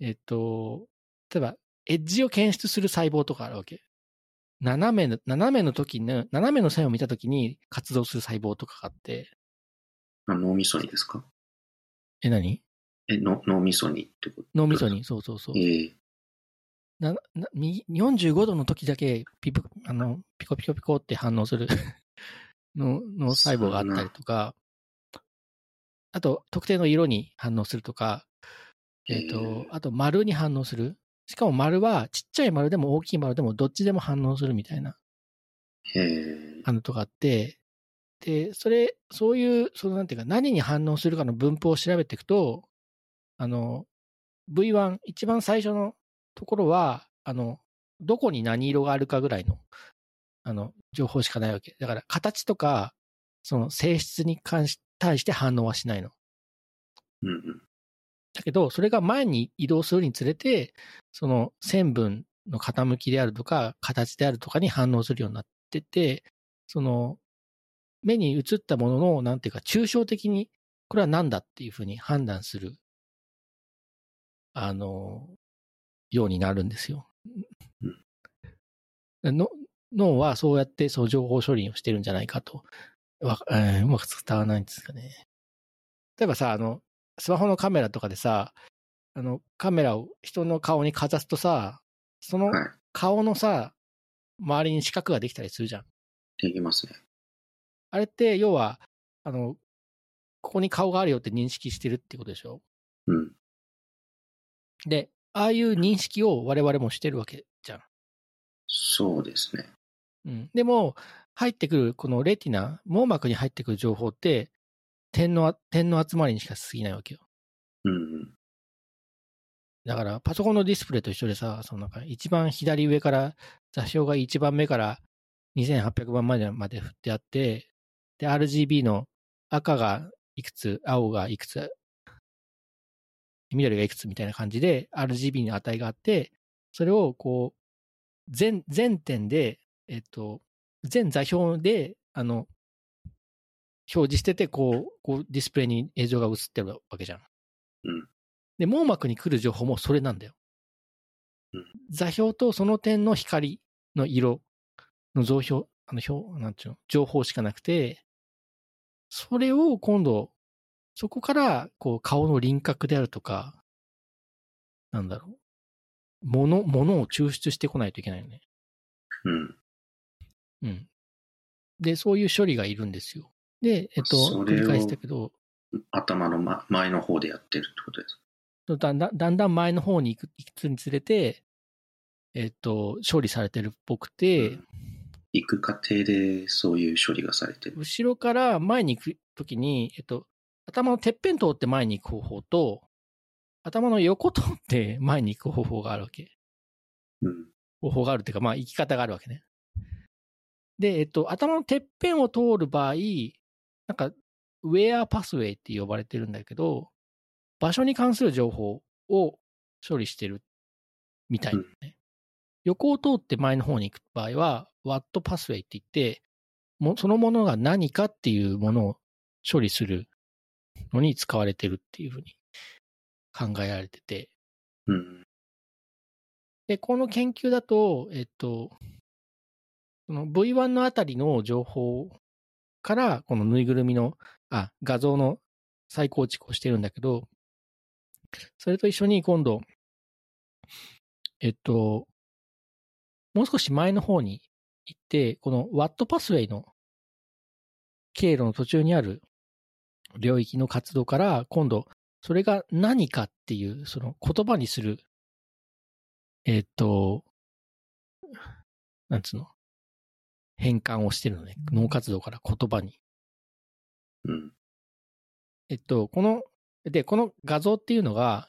[SPEAKER 1] えっと、例えば、エッジを検出する細胞とかあるわけ。斜めの、斜めの時の、斜めの線を見た時に活動する細胞とかがあって、
[SPEAKER 2] あ脳みそにですか
[SPEAKER 1] え、何
[SPEAKER 2] えの脳みそにってこと
[SPEAKER 1] 脳みそに、そうそうそう。
[SPEAKER 2] ええ
[SPEAKER 1] なな右45度の時だけピプあのピコピコピコって反応する の脳細胞があったりとか、あと特定の色に反応するとか、えっ、と、あと丸に反応する。しかも丸はちっちゃい丸でも大きい丸でもどっちでも反応するみたいな
[SPEAKER 2] へえ。
[SPEAKER 1] あのとかあって、で、それ、そういう、そのなんていうか、何に反応するかの分布を調べていくと、あの、V1、一番最初のところは、あの、どこに何色があるかぐらいの、あの、情報しかないわけ。だから、形とか、その性質に関し、対して反応はしないの。
[SPEAKER 2] うんうん。
[SPEAKER 1] だけど、それが前に移動するにつれて、その線分の傾きであるとか、形であるとかに反応するようになってて、その、目に映ったものの、なんていうか、抽象的に、これは何だっていうふうに判断する、あの、ようになるんですよ。の脳はそうやってその情報処理をしてるんじゃないかと。わえーうまく伝わらないんですかね。例えばさ、あの、スマホのカメラとかでさ、あの、カメラを人の顔にかざすとさ、その
[SPEAKER 2] はい
[SPEAKER 1] 顔のさ、周りに四角ができたりするじゃん。
[SPEAKER 2] できますね。
[SPEAKER 1] あれって、要は、あの、ここに顔があるよって認識してるってことでしょ
[SPEAKER 2] うん。
[SPEAKER 1] で、ああいう認識を我々もしてるわけじゃん。
[SPEAKER 2] そうですね。
[SPEAKER 1] うん。でも、入ってくる、このレティナ、網膜に入ってくる情報って、点の、点の集まりにしか過ぎないわけよ。
[SPEAKER 2] うんうん。
[SPEAKER 1] だから、パソコンのディスプレイと一緒でさ、そのなんか一番左上から、座標が一番目から2800番までまで振ってあって、で、RGB の赤がいくつ、青がいくつ、緑がいくつみたいな感じで、RGB の値があって、それをこう、全、全点で、えっと、全座標で、あの、表示してて、こう、こうディスプレイに映像が映ってるわけじゃん。
[SPEAKER 2] うん
[SPEAKER 1] で、網膜に来る情報もそれなんだよ。
[SPEAKER 2] うん
[SPEAKER 1] 座標とその点の光の色の増標、あの表、なんちゅうの、情報しかなくて、それを今度、そこから、こう、顔の輪郭であるとか、なんだろう、もの、ものを抽出してこないといけないよね。
[SPEAKER 2] うん。
[SPEAKER 1] うん。で、そういう処理がいるんですよ。で、えっと、
[SPEAKER 2] それを
[SPEAKER 1] 繰り返したけど、
[SPEAKER 2] 頭の、ま、前の方でやってるってことです。
[SPEAKER 1] だんだんだんだん前の方に行く行くにつれて、えっと、処理されてるっぽくて、
[SPEAKER 2] うん行く過程でそういう処理がされてる。
[SPEAKER 1] 後ろから前に行くときに、えっと、頭のてっぺん通って前に行く方法と、頭の横通って前に行く方法があるわけ。
[SPEAKER 2] うん。
[SPEAKER 1] 方法があるっていうか、まあ、行き方があるわけね。で、えっと、頭のてっぺんを通る場合、なんか、ウェアパスウェイって呼ばれてるんだけど、場所に関する情報を処理してるみたいなね。横を通って前の方に行く場合は、ワットパスウェイって言って、もそのものが何かっていうものを処理するのに使われてるっていうふうに考えられてて。
[SPEAKER 2] うん。
[SPEAKER 1] で、この研究だと、えっと、その V1 のあたりの情報から、このぬいぐるみの、あ、画像の再構築をしてるんだけど、それと一緒に今度、えっと、もう少し前の方に行って、このワットパスウェイの経路の途中にある領域の活動から、今度、それが何かっていう、その言葉にするえっ、と、なんつうの変換をしてるのね。脳活動から言葉に。
[SPEAKER 2] うん。
[SPEAKER 1] えっと、この、で、この画像っていうのが、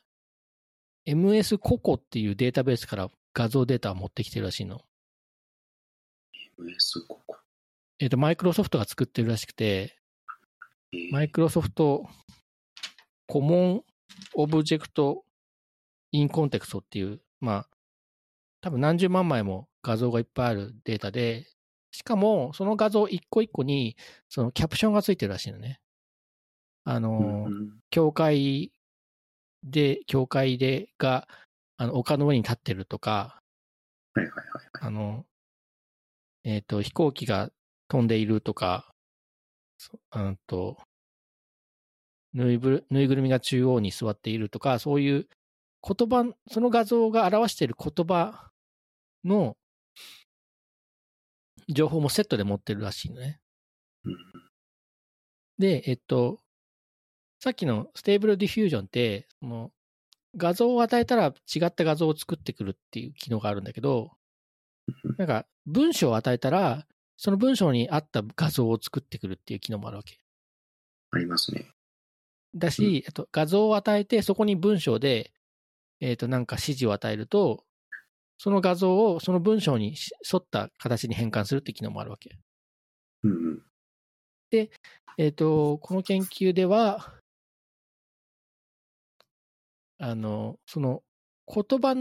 [SPEAKER 1] MS ココっていうデータベースから画像データを持ってきてるらしいの。
[SPEAKER 2] MS ここ。
[SPEAKER 1] えっと、マイクロソフトが作ってるらしくて、
[SPEAKER 2] えー
[SPEAKER 1] マイクロソフトコモンオブジェクトインコンテクストっていう、まあ、多分何十万枚も画像がいっぱいあるデータで、しかもその画像一個一個にそのキャプションがついてるらしいのね。あの
[SPEAKER 2] う
[SPEAKER 1] ー、
[SPEAKER 2] んうん。
[SPEAKER 1] 教会で、教会でが、あの、丘の上に立ってるとか、
[SPEAKER 2] はいはいはいはい。
[SPEAKER 1] あの、えっ、と、飛行機が飛んでいるとか、そうんと、ぬいぶるぬいぐるみが中央に座っているとか、そういう言葉、その画像が表している言葉の情報もセットで持ってるらしいのね。
[SPEAKER 2] うん
[SPEAKER 1] で、えっと、さっきのステーブルディフュージョンって、その画像を与えたら違った画像を作ってくるっていう機能があるんだけど、なんか文章を与えたら、その文章に合った画像を作ってくるっていう機能もあるわけ。
[SPEAKER 2] ありますね。
[SPEAKER 1] だし、えっと、画像を与えて、そこに文章で、えっと、なんか指示を与えると、その画像をその文章に沿った形に変換するっていう機能もあるわけ。
[SPEAKER 2] うんうん。
[SPEAKER 1] えっ、と、この研究では、あの、その言葉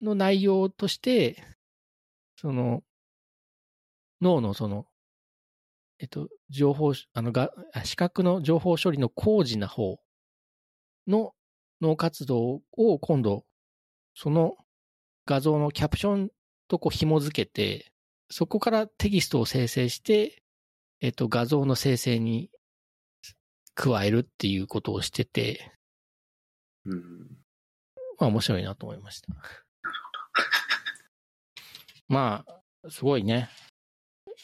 [SPEAKER 1] の内容として、その脳のその、えっと、情報、あのが、あ視覚の情報処理の高次な方の脳活動を今度、その画像のキャプションとこう紐付けて、そこからテキストを生成して、えっと、画像の生成に加えるっていうことをしてて、
[SPEAKER 2] うん、
[SPEAKER 1] まあ面白いなと思いました。まあ、すごいね。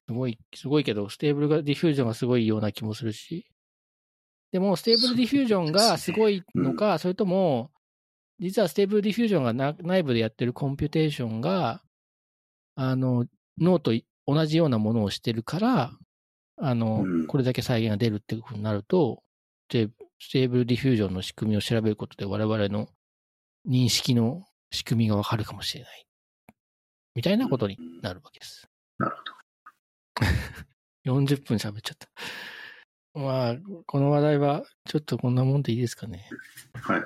[SPEAKER 1] すごい、すごいけど、ステーブルがディフュージョンがすごいような気もするし。でも、ステーブルディフュージョンがすごいのか、それとも、実はステーブルディフュージョンがな内部でやってるコンピュテーションが、あの、脳とい同じようなものをしてるから、あの、
[SPEAKER 2] うん
[SPEAKER 1] これだけ再現が出るっていうふうになると、でステーブルディフュージョンの仕組みを調べることで我々の認識の仕組みがわかるかもしれない。みたいなことになるわけです。
[SPEAKER 2] なる
[SPEAKER 1] ほど。40分喋っちゃった。まあ、この話題はちょっとこんなもんでいいですかね。
[SPEAKER 2] はい。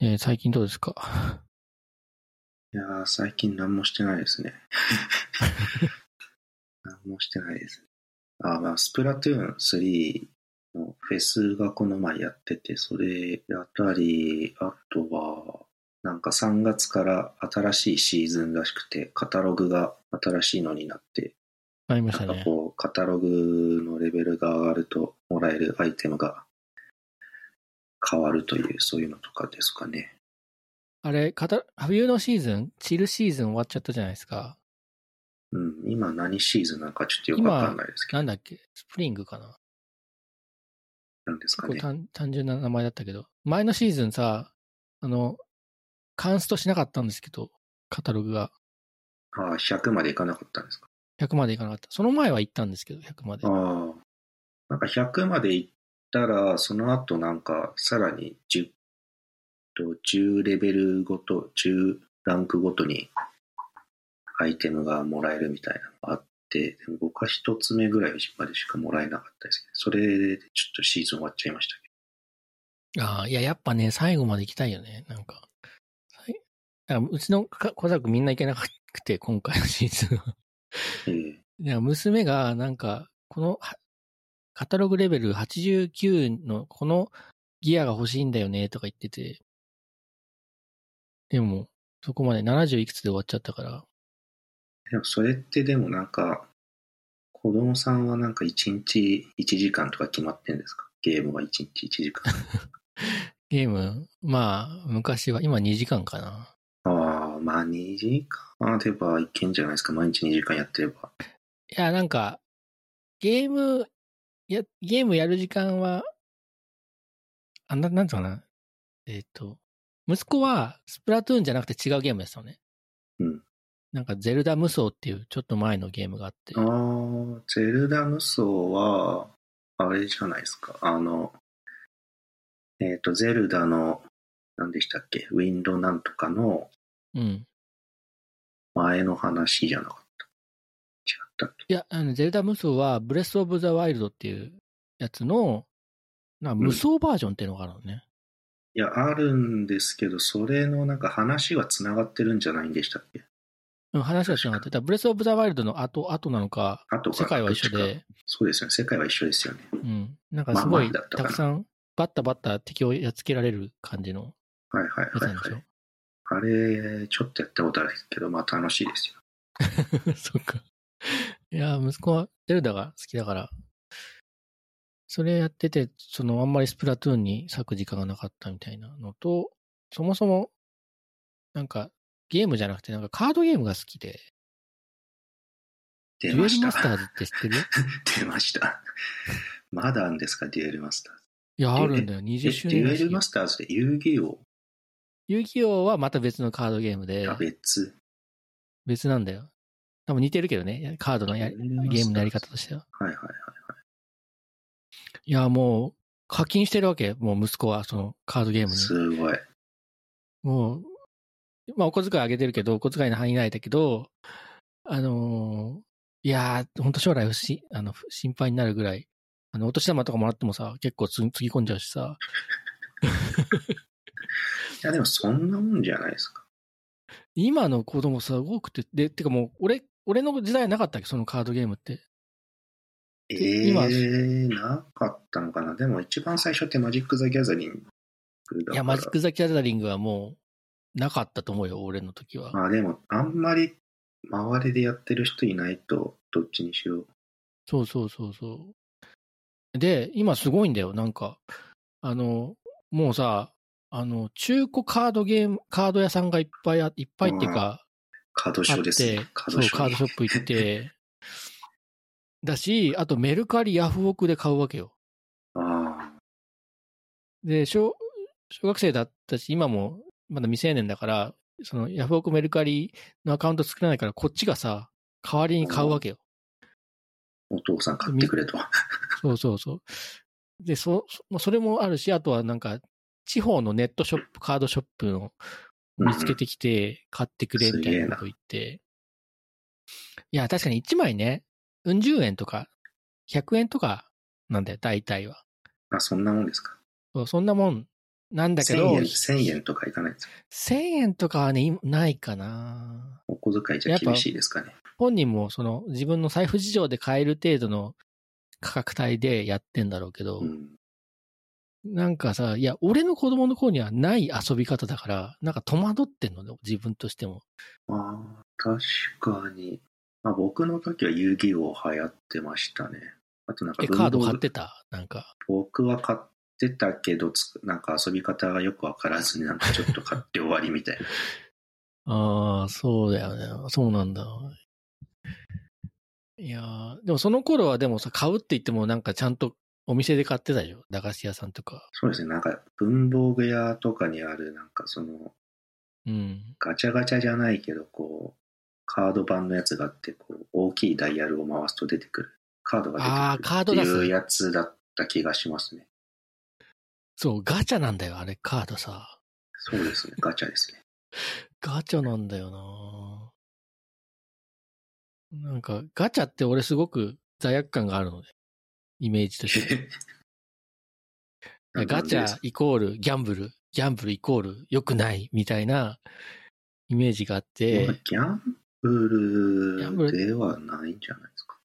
[SPEAKER 1] えー最近どうですか
[SPEAKER 2] いやー、最近何もしてないですね。 何もしてないですね。あー、まあ、スプラトゥーン3のフェスがこの前やってて、それやったり、あとは、なんか3月から新しいシーズンらしくて、カタログが新しいのになって、
[SPEAKER 1] ありまし
[SPEAKER 2] な
[SPEAKER 1] た
[SPEAKER 2] んか
[SPEAKER 1] ね。
[SPEAKER 2] こう、カタログのレベルが上がると、もらえるアイテムが変わるという、そういうのとかですかね。
[SPEAKER 1] あれ、かた冬のシーズン、チルシーズン終わっちゃったじゃないですか。
[SPEAKER 2] うん、今何シーズンなのかちょっとよくわかんないですけど
[SPEAKER 1] な、んだっけスプリングかな
[SPEAKER 2] なんですか
[SPEAKER 1] 結構
[SPEAKER 2] ね。
[SPEAKER 1] 単単純な名前だったけど。前のシーズンさ、あの、カンストしなかったんですけど、カタログが。
[SPEAKER 2] ああ、100までいかなかったんですか。
[SPEAKER 1] 100までいかなかった。その前は行ったんですけど、100まで
[SPEAKER 2] あ。あ。なんか100までいったら、その後なんか、さらに10と、10レベルごと、10ランクごとにアイテムがもらえるみたいなのがあって、でも僕は一つ目ぐらいまでしかもらえなかったですけど、それでちょっとシーズン終わっちゃいましたけ
[SPEAKER 1] ああ、いや、やっぱね、最後まで行きたいよね。なんか。はい。なんかうちのか家族みんな行けなくて、今回のシーズンは。
[SPEAKER 2] ど。ええ
[SPEAKER 1] いや、娘が、なんか、この、はカタログレベル89の、このギアが欲しいんだよね、とか言ってて。でも、そこまで70いくつで終わっちゃったから。
[SPEAKER 2] でもそれってでもなんか、子供さんはなんか1日1時間とか決まってんですかゲームは1日1時間。
[SPEAKER 1] ゲーム、まあ、昔は、今2時間かな。
[SPEAKER 2] ああ、まあ2時間あればいけんじゃないですか。毎日2時間やってれば。
[SPEAKER 1] いや、なんか、ゲーム、や、ゲームやる時間は、あ、な、なんつうかな。えっ、と、息子は、スプラトゥーンじゃなくて違うゲームやってたのね。
[SPEAKER 2] うん。
[SPEAKER 1] なんか、ゼルダ無双っていう、ちょっと前のゲームがあって。
[SPEAKER 2] ああ、ゼルダ無双は、あれじゃないですか。あの、えっ、と、ゼルダの、何でしたっけウィンドなんとかの
[SPEAKER 1] うん。
[SPEAKER 2] 前の話じゃなかった。違ったっけ
[SPEAKER 1] いや、あの、ゼルダ無双は、ブレスオブザワイルドっていうやつの、なんか無双バージョンっていうのがあるのね。
[SPEAKER 2] いや、あるんですけど、それのなんか話は繋がってるんじゃないんでしたっけ
[SPEAKER 1] うん、話が違って、だからブレスオブザワイルドの後、後なのか、
[SPEAKER 2] あと
[SPEAKER 1] 世界は一緒。
[SPEAKER 2] どっちか
[SPEAKER 1] で、
[SPEAKER 2] そうですよね。世界は一緒ですよね。
[SPEAKER 1] うん。なんかすごい、
[SPEAKER 2] まあ前だったか
[SPEAKER 1] た
[SPEAKER 2] な
[SPEAKER 1] くさん、バッタバッタ敵をやっつけられる感じの
[SPEAKER 2] はいはい
[SPEAKER 1] やつ
[SPEAKER 2] はい
[SPEAKER 1] なんでし
[SPEAKER 2] は
[SPEAKER 1] ょ
[SPEAKER 2] い。。あれ、ちょっとやったことあるけど、まあ楽しいですよ。
[SPEAKER 1] そっか。いや、息子はゼルダが好きだから、それやってて、そのあんまりスプラトゥーンに割く時間がなかったみたいなのと、そもそも、なんかゲームじゃなくて、なんかカードゲームが好きで、デュ
[SPEAKER 2] 出
[SPEAKER 1] エルマ
[SPEAKER 2] ました。
[SPEAKER 1] スターズって知ってる
[SPEAKER 2] 出ました。まだあるんですか、デュエルマスターズ。
[SPEAKER 1] いや、あるんだよ。
[SPEAKER 2] えデ
[SPEAKER 1] 20周年
[SPEAKER 2] ュ
[SPEAKER 1] ら
[SPEAKER 2] エ
[SPEAKER 1] し
[SPEAKER 2] ル
[SPEAKER 1] いよ
[SPEAKER 2] マスターズで遊戯王
[SPEAKER 1] 遊戯王はまた別のカードゲームで
[SPEAKER 2] が、別。
[SPEAKER 1] 別なんだよ。多分似てるけどね、カードのやり
[SPEAKER 2] デュエルマスターズ
[SPEAKER 1] ゲームのやり方としては。
[SPEAKER 2] はいはいはい。
[SPEAKER 1] いや、もう、課金してるわけ。もう息子は、そのカードゲームに。
[SPEAKER 2] すごい。
[SPEAKER 1] もう、まあ、お小遣いあげてるけど、お小遣いの範囲内だけど、あのーいやー、ほんと将来不しあの心配になるぐらい、あの、お年玉とかもらってもさ、結構つつぎ込んじゃうしさ、
[SPEAKER 2] いや、でもそんなもんじゃないですか。
[SPEAKER 1] 今の子供すごくて、で、てかもう、俺、俺の時代なかったっけそのカードゲームって。
[SPEAKER 2] え
[SPEAKER 1] で今
[SPEAKER 2] ー、なかったのかな。でも一番最初ってマジック・ザ・ギャザリングだから。
[SPEAKER 1] いや、マジック・ザ・ギャザリングはもう、なかったと思うよ、俺の時は。
[SPEAKER 2] まあでも、あんまり周りでやってる人いないと、どっちにしよう。
[SPEAKER 1] そうそうそうそう。で、今すごいんだよ、なんか。あの、もうさ、あの、中古カードゲーム、カード屋さんがいっぱいあ、いっぱいっていうか、
[SPEAKER 2] カード
[SPEAKER 1] あ
[SPEAKER 2] ショ
[SPEAKER 1] っ
[SPEAKER 2] ー
[SPEAKER 1] て、
[SPEAKER 2] です
[SPEAKER 1] そう、
[SPEAKER 2] ね。カ
[SPEAKER 1] カ
[SPEAKER 2] ードショー
[SPEAKER 1] ードショップ行って、だし、あとメルカリ、ヤフオクで買うわけよ。
[SPEAKER 2] あ
[SPEAKER 1] で、小、小学生だったし、今もまだ未成年だから、そのヤフオクメルカリのアカウント作らないから、こっちがさ、代わりに買うわけよ。
[SPEAKER 2] あ、お父さん買ってくれと。
[SPEAKER 1] そうそうそう。で、そ、そまあそれもあるし、あとはなんか、地方のネットショップ、カードショップの見つけてきて、買ってくれみたいなこと言って。いや、確かに1枚ね、うん十円とか、100円とかなんだよ、大体は。
[SPEAKER 2] あ、そんなもんですか。
[SPEAKER 1] そうそんなもんなんだけ
[SPEAKER 2] 1000
[SPEAKER 1] ど、
[SPEAKER 2] 円、千円とかいかないんですか。
[SPEAKER 1] 1000円とかはね、今ないかな。
[SPEAKER 2] お小遣いじゃ厳しいですかね。
[SPEAKER 1] 本人もその自分の財布事情で買える程度の価格帯でやってんだろうけど、
[SPEAKER 2] うん。
[SPEAKER 1] なんかさ、いや、俺の子供の頃にはない遊び方だから、なんか戸惑ってんのね、自分としても。
[SPEAKER 2] まあ、確かに。まあ僕の時は遊戯王流行ってましたね。あとなんか
[SPEAKER 1] え、
[SPEAKER 2] 文
[SPEAKER 1] カード
[SPEAKER 2] 房具
[SPEAKER 1] 買ってたなんか。
[SPEAKER 2] 僕は買ってたけど、つくなんか遊び方がよくわからずになんかちょっと買って終わりみたいな。
[SPEAKER 1] ああ、そうだよね。そうなんだ。いやーでもその頃はでもさ、買うって言ってもなんかちゃんとお店で買ってたよ。駄菓子屋さんとか。
[SPEAKER 2] そうですね。なんか文房具屋とかにある、なんかその、
[SPEAKER 1] うん。
[SPEAKER 2] ガチャガチャじゃないけど、こう、カード版のやつがあって、こう、大きいダイヤルを回すと出てくる。カードが
[SPEAKER 1] あーカー
[SPEAKER 2] 出て
[SPEAKER 1] ド
[SPEAKER 2] く
[SPEAKER 1] 出
[SPEAKER 2] るって
[SPEAKER 1] す
[SPEAKER 2] いうやつだった気がしますね。
[SPEAKER 1] そう、ガチャなんだよ、あれ、カードさ。
[SPEAKER 2] そうですね。ガチャで すね。
[SPEAKER 1] ガチャなんだよななんか、ガチャって俺すごく罪悪感があるので、イメージとして。
[SPEAKER 2] なん
[SPEAKER 1] ガチャイコールギャンブル、ギャンブルイコール良くないみたいなイメージがあっ
[SPEAKER 2] で
[SPEAKER 1] て、
[SPEAKER 2] ギャンブ
[SPEAKER 1] ギャンブ
[SPEAKER 2] ル
[SPEAKER 1] ル
[SPEAKER 2] ではないんじゃないですか。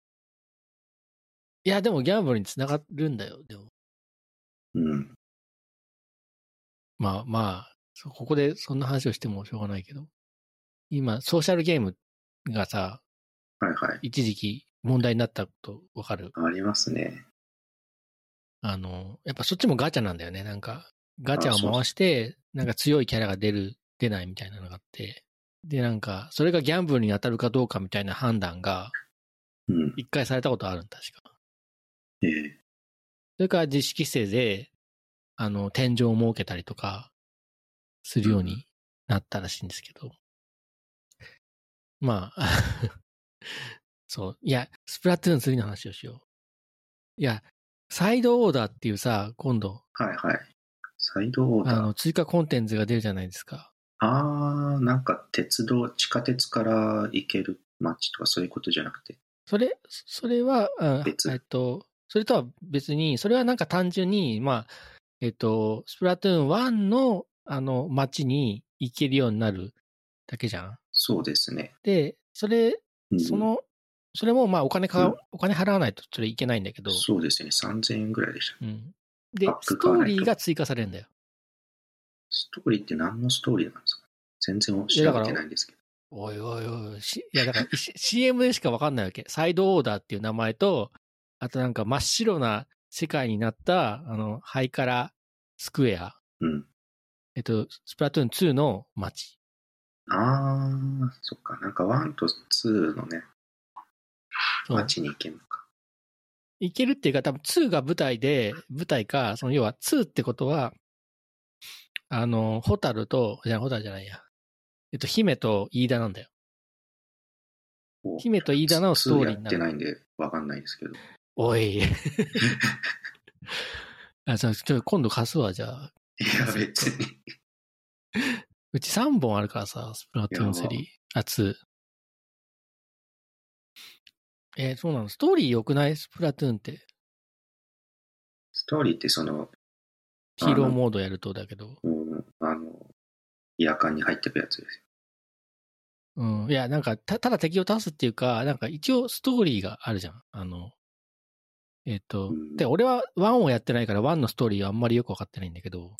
[SPEAKER 1] いや、でもギャンブルにつながるんだよ。でも、
[SPEAKER 2] うん。
[SPEAKER 1] まあまあ、そうここでそんな話をしてもしょうがないけど、今、ソーシャルゲームがさ、
[SPEAKER 2] はいはい。
[SPEAKER 1] 一時期問題になったことわかる。
[SPEAKER 2] ありますね。
[SPEAKER 1] あの、やっぱそっちもガチャなんだよね。なんか、ガチャを回して、なんか強いキャラが出る、出ないみたいなのがあって、で、なんか、それがギャンブルに当たるかどうかみたいな判断が、
[SPEAKER 2] うん。
[SPEAKER 1] 一回されたことあるんだ、確か。
[SPEAKER 2] ええ
[SPEAKER 1] それから実施規制で、あの、天井を設けたりとか、するようになったらしいんですけど。まあ、 そう。いや、スプラトゥーン3の話をしよう。いや、サイドオーダーっていうさ、今度、
[SPEAKER 2] はいはい。サイドオー
[SPEAKER 1] あ
[SPEAKER 2] ダー。
[SPEAKER 1] の、追加コンテンツが出るじゃないですか。
[SPEAKER 2] あー、なんか鉄道、地下鉄から行ける街とかそういうことじゃなくて。
[SPEAKER 1] それ、それは、うん
[SPEAKER 2] 別
[SPEAKER 1] えっと、それとは別に、それはなんか単純に、まあ、えっと、スプラトゥーン1の、あの、街に行けるようになるだけじゃん。
[SPEAKER 2] そうですね。
[SPEAKER 1] で、それ、
[SPEAKER 2] うん
[SPEAKER 1] その、それもまあお金か、
[SPEAKER 2] うん
[SPEAKER 1] お金払わないとそれいけないんだけど、
[SPEAKER 2] そうですね。3000円ぐらいでした。
[SPEAKER 1] うん。で
[SPEAKER 2] パッ、ク
[SPEAKER 1] ス
[SPEAKER 2] 買
[SPEAKER 1] ト
[SPEAKER 2] わ
[SPEAKER 1] ー
[SPEAKER 2] ないと
[SPEAKER 1] リーが追加されるんだよ。
[SPEAKER 2] ストーリーって何のストーリーなんですか全然
[SPEAKER 1] いや
[SPEAKER 2] 調
[SPEAKER 1] だ
[SPEAKER 2] べ
[SPEAKER 1] か
[SPEAKER 2] て
[SPEAKER 1] ら
[SPEAKER 2] ないんですけど。
[SPEAKER 1] おいおいおい、しいやだから、し CM でしかわかんないわけ。サイドオーダーっていう名前と、あとなんか真っ白な世界になった、あの、ハイカラスクエア、
[SPEAKER 2] うん。
[SPEAKER 1] えっと、スプラトゥーン2の街。
[SPEAKER 2] ああ、そっか。なんか1と2のね、
[SPEAKER 1] そう
[SPEAKER 2] 街に行けるのか。
[SPEAKER 1] いけるっていうか、多分2が舞台で、舞台か、その要は2ってことは、あの、ホタルと、じゃあホタルじゃないや。えっと、姫と飯田なんだよ。
[SPEAKER 2] こう
[SPEAKER 1] 姫と飯田のストーリー
[SPEAKER 2] 2
[SPEAKER 1] に
[SPEAKER 2] や
[SPEAKER 1] な
[SPEAKER 2] ってな
[SPEAKER 1] る。
[SPEAKER 2] いんで、わかんな いですけど。
[SPEAKER 1] おい。あ、そう、ちょ、今度貸すわ、じゃあ。
[SPEAKER 2] いや、別に。
[SPEAKER 1] うち3本あるからさ、スプラトゥーン3。あ、2。えーそうなのストーリー良くないスプラトゥーンって。
[SPEAKER 2] ストーリーってその、
[SPEAKER 1] ヒーローモードやるとだけど。
[SPEAKER 2] うん、あの、夜間に入ってくやつですよ。
[SPEAKER 1] うん。いや、なんか、た、ただ敵を倒すっていうか、なんか一応ストーリーがあるじゃん。あの、えっ、と、
[SPEAKER 2] うん
[SPEAKER 1] で、俺は1をやってないから1のストーリーはあんまりよくわかってないんだけど、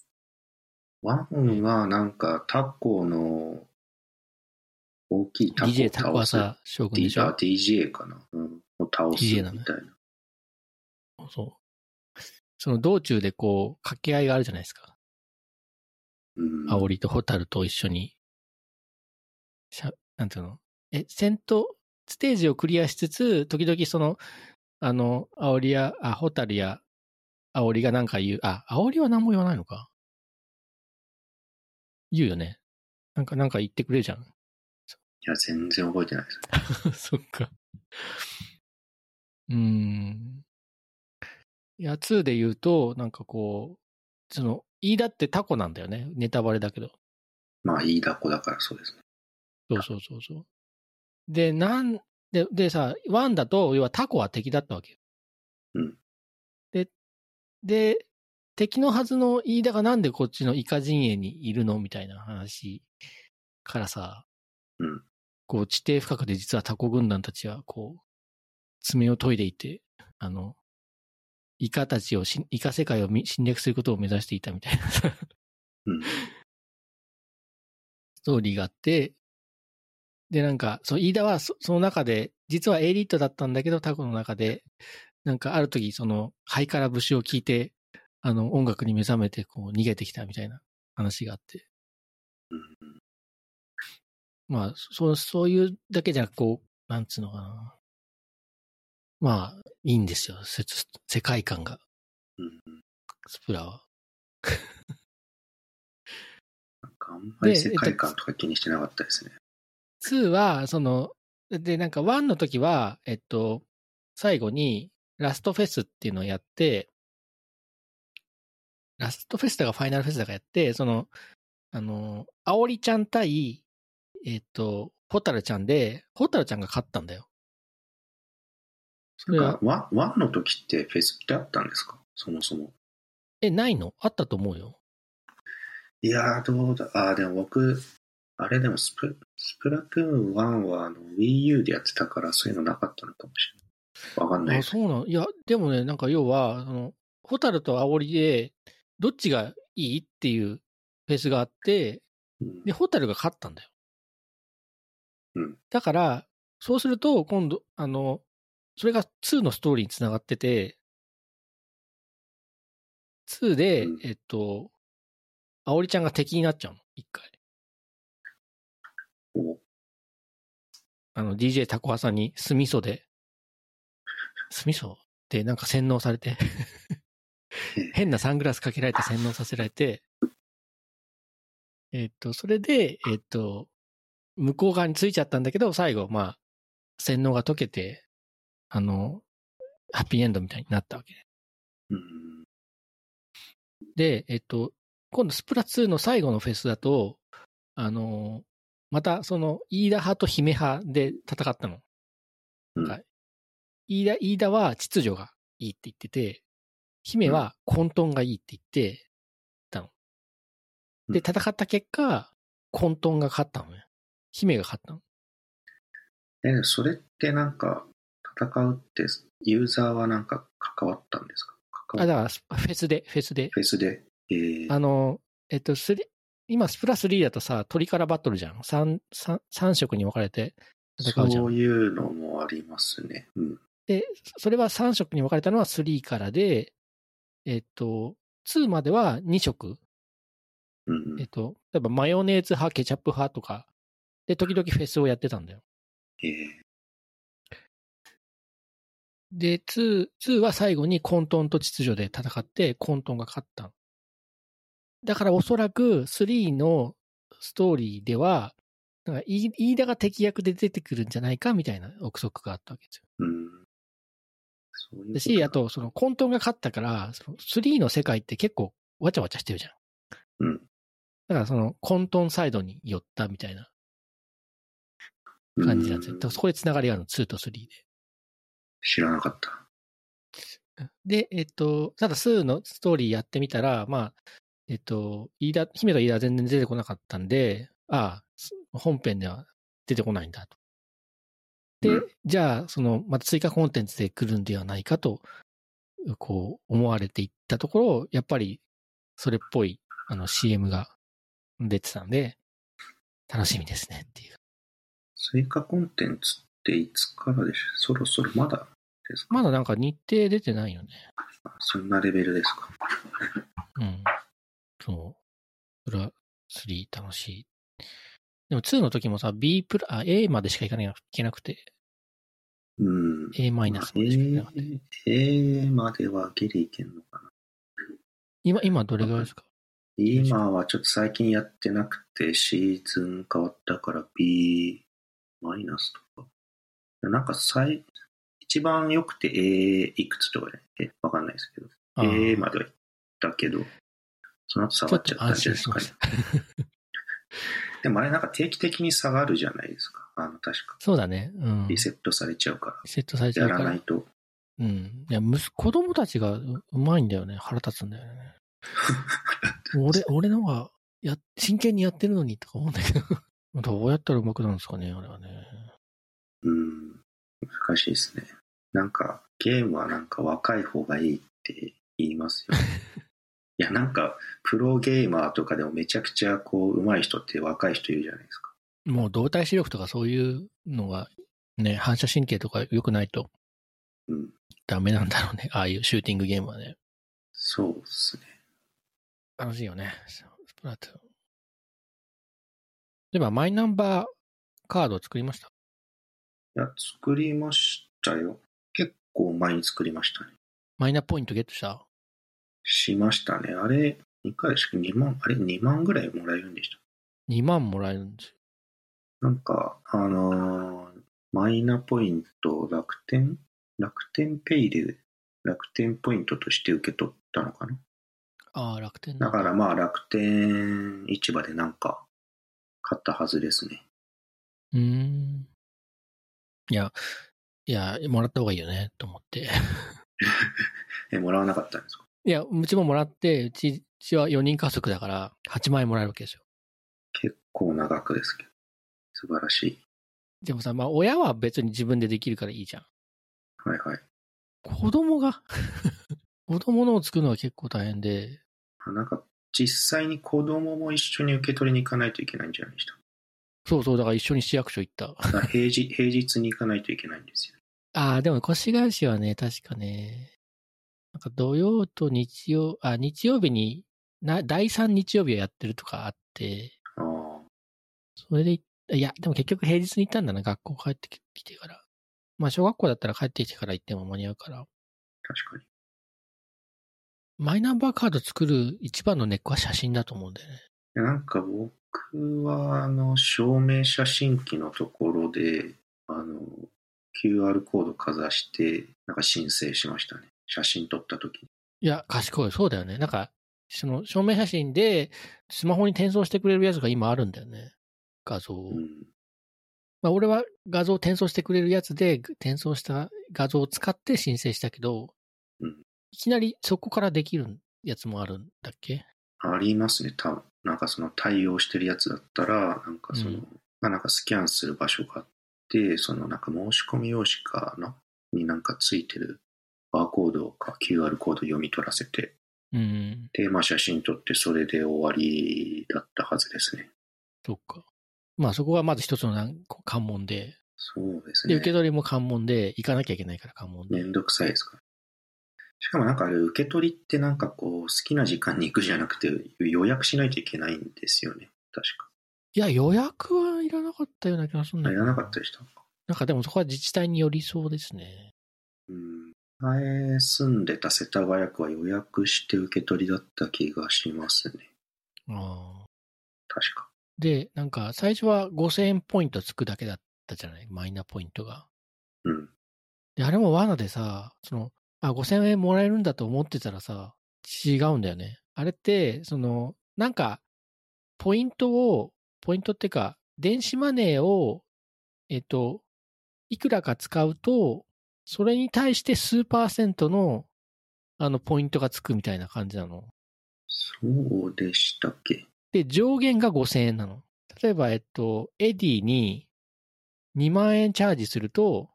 [SPEAKER 2] ワンはなんかタコの大きいタコを
[SPEAKER 1] DJ タコは
[SPEAKER 2] 倒す。
[SPEAKER 1] さ、将軍でし
[SPEAKER 2] D- あ
[SPEAKER 1] ょ
[SPEAKER 2] DJ かな、うん、を倒すみ
[SPEAKER 1] DJ な
[SPEAKER 2] た
[SPEAKER 1] いの
[SPEAKER 2] な
[SPEAKER 1] ね。そう。その道中でこう、掛け合いがあるじゃないですか。
[SPEAKER 2] うん、
[SPEAKER 1] アオリとホタルと一緒に、しゃ、なんていうのえ、戦闘、ステージをクリアしつつ、時々その、あの、アオリや、あ、ホタルや、アオリがなんか言う、あ、アオリは何も言わないのか言うよね。なんか、なんか言ってくれるじゃん。
[SPEAKER 2] いや、全然覚えてないです。
[SPEAKER 1] そっか。うーん。いや、2で言うと、なんかこう、その、飯田ってタコなんだよね。ネタバレだけど。
[SPEAKER 2] まあ、いいダコだからそうですね。
[SPEAKER 1] そうそうそうそう。で、なん、で、でさ、ワンだと、要はタコは敵だったわけよ。
[SPEAKER 2] うん。
[SPEAKER 1] で、で、敵のはずの飯田がなんでこっちのイカ陣営にいるのみたいな話からさ、
[SPEAKER 2] うん。
[SPEAKER 1] こう、地底深くで実はタコ軍団たちは、こう、爪を研いでいて、あの、イカたちをし、イカ世界をみ侵略することを目指していたみたいなさ
[SPEAKER 2] うん。
[SPEAKER 1] ストーリーがあって、で、なんか、そう、飯田はそその中で、実はエリートだったんだけど、タコの中で、なんかある時、その、肺から節を聞いて、あの、音楽に目覚めて、こう、逃げてきたみたいな話があって。
[SPEAKER 2] うん
[SPEAKER 1] まあ、そう、そういうだけじゃなく、こう、なんつうのかな。まあ、いいんですよ、せつ世界観が、
[SPEAKER 2] うん、
[SPEAKER 1] スプラは。
[SPEAKER 2] なんかあんまり
[SPEAKER 1] で
[SPEAKER 2] 世界観とか気にしてなかったですね。
[SPEAKER 1] 2は、その、で、なんか1の時は、えっと、最後に、ラストフェスっていうのをやって、ラストフェスだかファイナルフェスだかやって、その、あの、あおりちゃん対、えっと、ホタルちゃんで、ホタルちゃんが勝ったんだよ。それ
[SPEAKER 2] な
[SPEAKER 1] は
[SPEAKER 2] ん、かワンワンの時ってフェスってあったんですかそもそも。
[SPEAKER 1] え、ないのあったと思うよ。
[SPEAKER 2] いやー、どうだ。あー、でも僕、あれでもスプ、スプラトゥーン1はあの Wii U でやってたから、そういうのなかったのかもしれない。わかんない
[SPEAKER 1] あ、
[SPEAKER 2] です。
[SPEAKER 1] そうなのいや、でもね、なんか要は、その、ホタルとアオリで、どっちがいいっていうフェスがあって、
[SPEAKER 2] うん
[SPEAKER 1] で、ホタルが勝ったんだよ。
[SPEAKER 2] うん
[SPEAKER 1] だから、そうすると、今度、あの、それが2のストーリーにつながってて、2で、
[SPEAKER 2] うん
[SPEAKER 1] えっと、あおりちゃんが敵になっちゃうの、一回。
[SPEAKER 2] お
[SPEAKER 1] あの、DJ タコハさんに酢味噌で、酢味噌ってなんか洗脳され て、変なサングラスかけられて洗脳させられて、えっと、それで、えっと、向こう側についちゃったんだけど、最後、まあ、洗脳が解けて、あの、ハッピーエンドみたいになったわけ。
[SPEAKER 2] うん。
[SPEAKER 1] で、えっと、今度スプラ2の最後のフェスだと、あの、またその、飯田派と姫派で戦ったの。
[SPEAKER 2] うん
[SPEAKER 1] はい飯田、飯田は秩序がいいって言ってて、姫は混沌がいいって言ってたの。で、
[SPEAKER 2] うん
[SPEAKER 1] 戦った結果、混沌が勝ったのね。姫が勝ったの。
[SPEAKER 2] え、でもそれってなんか、戦うって、ユーザーはなんか関わったんですか
[SPEAKER 1] あ、
[SPEAKER 2] 関わ
[SPEAKER 1] だ
[SPEAKER 2] っ
[SPEAKER 1] からス、フェスで、フェスで。
[SPEAKER 2] フェスで。えー
[SPEAKER 1] あの、えっと、スリ今、スプラ3だとさ、鳥からバトルじゃん。三、三、三色に分かれて戦うじゃん。
[SPEAKER 2] そういうのもありますね。うん。
[SPEAKER 1] で、それは3色に分かれたのは3からで、えっと、2までは2色。
[SPEAKER 2] うん
[SPEAKER 1] えっと、例えばマヨネーズ派、ケチャップ派とか、で、時々フェスをやってたんだよ。
[SPEAKER 2] ええ
[SPEAKER 1] で、2、2は最後に混沌と秩序で戦って、混沌が勝ったの。だからおそらく3のストーリーでは、なんかイイイーダが敵役で出てくるんじゃないかみたいな憶測があったわけですよ。
[SPEAKER 2] うん。そういうこ
[SPEAKER 1] だ
[SPEAKER 2] と
[SPEAKER 1] し、あ、と、その混沌が勝ったから、その3の世界って結構わちゃわちゃしてるじゃん。
[SPEAKER 2] うん。
[SPEAKER 1] だからその混沌サイドに寄ったみたいな感じなんですよ。
[SPEAKER 2] う
[SPEAKER 1] だからそこで繋がりがあるの、2と3で。
[SPEAKER 2] 知らなかった。
[SPEAKER 1] で、えっと、ただ、スーのストーリーやってみたら、まあ、えっと、飯田、姫と飯田は全然出てこなかったんで、ああ、す本編では出てこないんだと。で、
[SPEAKER 2] うん
[SPEAKER 1] じゃあ、その、また追加コンテンツで来るんではないかと、こう、思われていったところ、やっぱり、それっぽい、あの、CM が出てたんで、楽しみですねっていう。
[SPEAKER 2] 追加コンテンツっていつからでしょそろそろまだですか
[SPEAKER 1] まだなんか日程出てないよね。
[SPEAKER 2] そんなレベルですか
[SPEAKER 1] うん。そう。プラ3楽しい。でも2の時もさ、B プラ、あ、A までしか行かなきゃいけなくて、
[SPEAKER 2] うん。
[SPEAKER 1] A マイナスまでしか行けなかった。
[SPEAKER 2] えー、A まではギリいけんのかな
[SPEAKER 1] 今、今どれぐらいですか
[SPEAKER 2] 今はちょっと最近やってなくて、シーズン変わったから B マイナスとか。なんか最、一番良くて A いくつとかね。え、わかんないですけど。
[SPEAKER 1] あー
[SPEAKER 2] A までは行ったけど、その後下
[SPEAKER 1] ちょ
[SPEAKER 2] がっ
[SPEAKER 1] っ
[SPEAKER 2] ちゃっ
[SPEAKER 1] と
[SPEAKER 2] たん
[SPEAKER 1] 安
[SPEAKER 2] じゃ
[SPEAKER 1] 心
[SPEAKER 2] ないです
[SPEAKER 1] し
[SPEAKER 2] か
[SPEAKER 1] ま
[SPEAKER 2] ね
[SPEAKER 1] し。た。
[SPEAKER 2] でもあれなんか定期的に下がるじゃないですか。あの、確か。
[SPEAKER 1] そうだね。うん。
[SPEAKER 2] リ
[SPEAKER 1] リ
[SPEAKER 2] セットされちゃうから。
[SPEAKER 1] セットされちゃ
[SPEAKER 2] や
[SPEAKER 1] うから
[SPEAKER 2] な
[SPEAKER 1] ら
[SPEAKER 2] い。と。
[SPEAKER 1] うん。いや、息子供たちがううまいんだよね。腹立つんだよね。 俺、俺のが、や、真剣にやってるのにとか思うんだけど。 どうやったらうまくなるんですかね、あれはね。
[SPEAKER 2] うん。難しいですね。なんか、ゲームはなんか若い方がいいって言います よね。いや、なんか、プロゲーマーとかでもめちゃくちゃこう、上手い人って若い人いるじゃないですか。
[SPEAKER 1] もう動体視力とかそういうのが、ね、反射神経とか良くないと
[SPEAKER 2] うん。
[SPEAKER 1] ダメなんだろうね。あ あいうシューティングゲームはね。
[SPEAKER 2] そうですね。
[SPEAKER 1] 楽しいよね。スプラトゥーン。例えば、マイナンバーカードを作りました。
[SPEAKER 2] いや、作りましたよ。結構前に作りましたね。
[SPEAKER 1] マイナポイントゲットした。
[SPEAKER 2] しましたね。あれ、2回でしか2万、あれ2万ぐらいもらえるんでした。
[SPEAKER 1] 2万もらえるんですよ。
[SPEAKER 2] なんか、あのーマイナポイントを楽天楽天ペイで楽天ポイントとして受け取ったのかな
[SPEAKER 1] ああ、楽天
[SPEAKER 2] だから
[SPEAKER 1] あ。
[SPEAKER 2] まあ楽天市場でなんか買ったはずですね。
[SPEAKER 1] うーん。いや、いや、もらった方がいいよね、と思って。
[SPEAKER 2] え、もらわなかったんですか
[SPEAKER 1] いや、うちももらって、うち、うちは4人家族だから、8万円もらえるわけですよ。
[SPEAKER 2] 結構長くですけど。素晴らしい。
[SPEAKER 1] でもさ、まあ、親は別に自分でできるからいいじゃん。
[SPEAKER 2] はいはい。
[SPEAKER 1] 子供 が子供のを作るのは結構大変で、
[SPEAKER 2] あなんか実際に子供も一緒に受け取りに行かないといけないんじゃないでした
[SPEAKER 1] そうそう、だから一緒に市役所行った。
[SPEAKER 2] だから平日、平日に行かないといけないんですよ。
[SPEAKER 1] ああ、でも越谷市はね、確かね、なんか土曜と日曜、あ、日曜日に、な、第3日曜日はやってるとかあって、
[SPEAKER 2] ああ。
[SPEAKER 1] それで、いや、でも結局平日に行ったんだな、学校帰ってききてから。まあ、小学校だったら帰ってきてから行っても間に合うから。
[SPEAKER 2] 確かに。
[SPEAKER 1] マイナンバーカード作る一番の根っこは写真だと思うんだよね。
[SPEAKER 2] いやなんか僕は、あの、証明写真機のところで、あの、QR コードかざして、なんか申請しましたね。写真撮った時に。
[SPEAKER 1] いや、賢い。そうだよね。なんか、その、証明写真で、スマホに転送してくれるやつが今あるんだよね。画像を。
[SPEAKER 2] うん。
[SPEAKER 1] まあ、俺は画像を転送してくれるやつで、転送した画像を使って申請したけど、
[SPEAKER 2] うん
[SPEAKER 1] いきなりそこからできるやつもあるんだっけ
[SPEAKER 2] ありますね、多分なんかその対応してるやつだったら、なんかその、
[SPEAKER 1] うん
[SPEAKER 2] まあなんかスキャンする場所があって、そのなんか申し込み用紙かなになんかついてるバーコードか QR コード読み取らせて、
[SPEAKER 1] うん。
[SPEAKER 2] で、まあ写真撮ってそれで終わりだったはずですね。
[SPEAKER 1] そっか。まあそこがまず一つのなんこう関門で、
[SPEAKER 2] そうです
[SPEAKER 1] で、
[SPEAKER 2] ね
[SPEAKER 1] 受。け取りも関門で、行かなきゃいけないから関門で。
[SPEAKER 2] めんどくさいですから。しかもなんかあれ、受け取りってなんかこう、好きな時間に行くじゃなくて、予約しないといけないんですよね。確か。
[SPEAKER 1] いや、予約はいらなかったような気がするん
[SPEAKER 2] あ
[SPEAKER 1] だ
[SPEAKER 2] い
[SPEAKER 1] け
[SPEAKER 2] ら
[SPEAKER 1] ど。
[SPEAKER 2] なかったでした。
[SPEAKER 1] なんかでもそこは自治体によりそうですね。
[SPEAKER 2] うん。前住んでた世田谷区は予約して受け取りだった気がしますね。
[SPEAKER 1] ああ
[SPEAKER 2] 確か。
[SPEAKER 1] で、なんか最初は5000円ポイントつくだけだったじゃないマイナポイントが。
[SPEAKER 2] うん。
[SPEAKER 1] で、あれも罠でさ、その、あ、5000円もらえるんだと思ってたらさ、違うんだよね。あれって、その、なんか、ポイントを、ポイントってか、電子マネーを、えっと、いくらか使うと、それに対して数パーセントの、あの、ポイントがつくみたいな感じなの。
[SPEAKER 2] そうでしたっけ。
[SPEAKER 1] で、上限が5000円なの。例えば、えっと、エディに2万円チャージすると、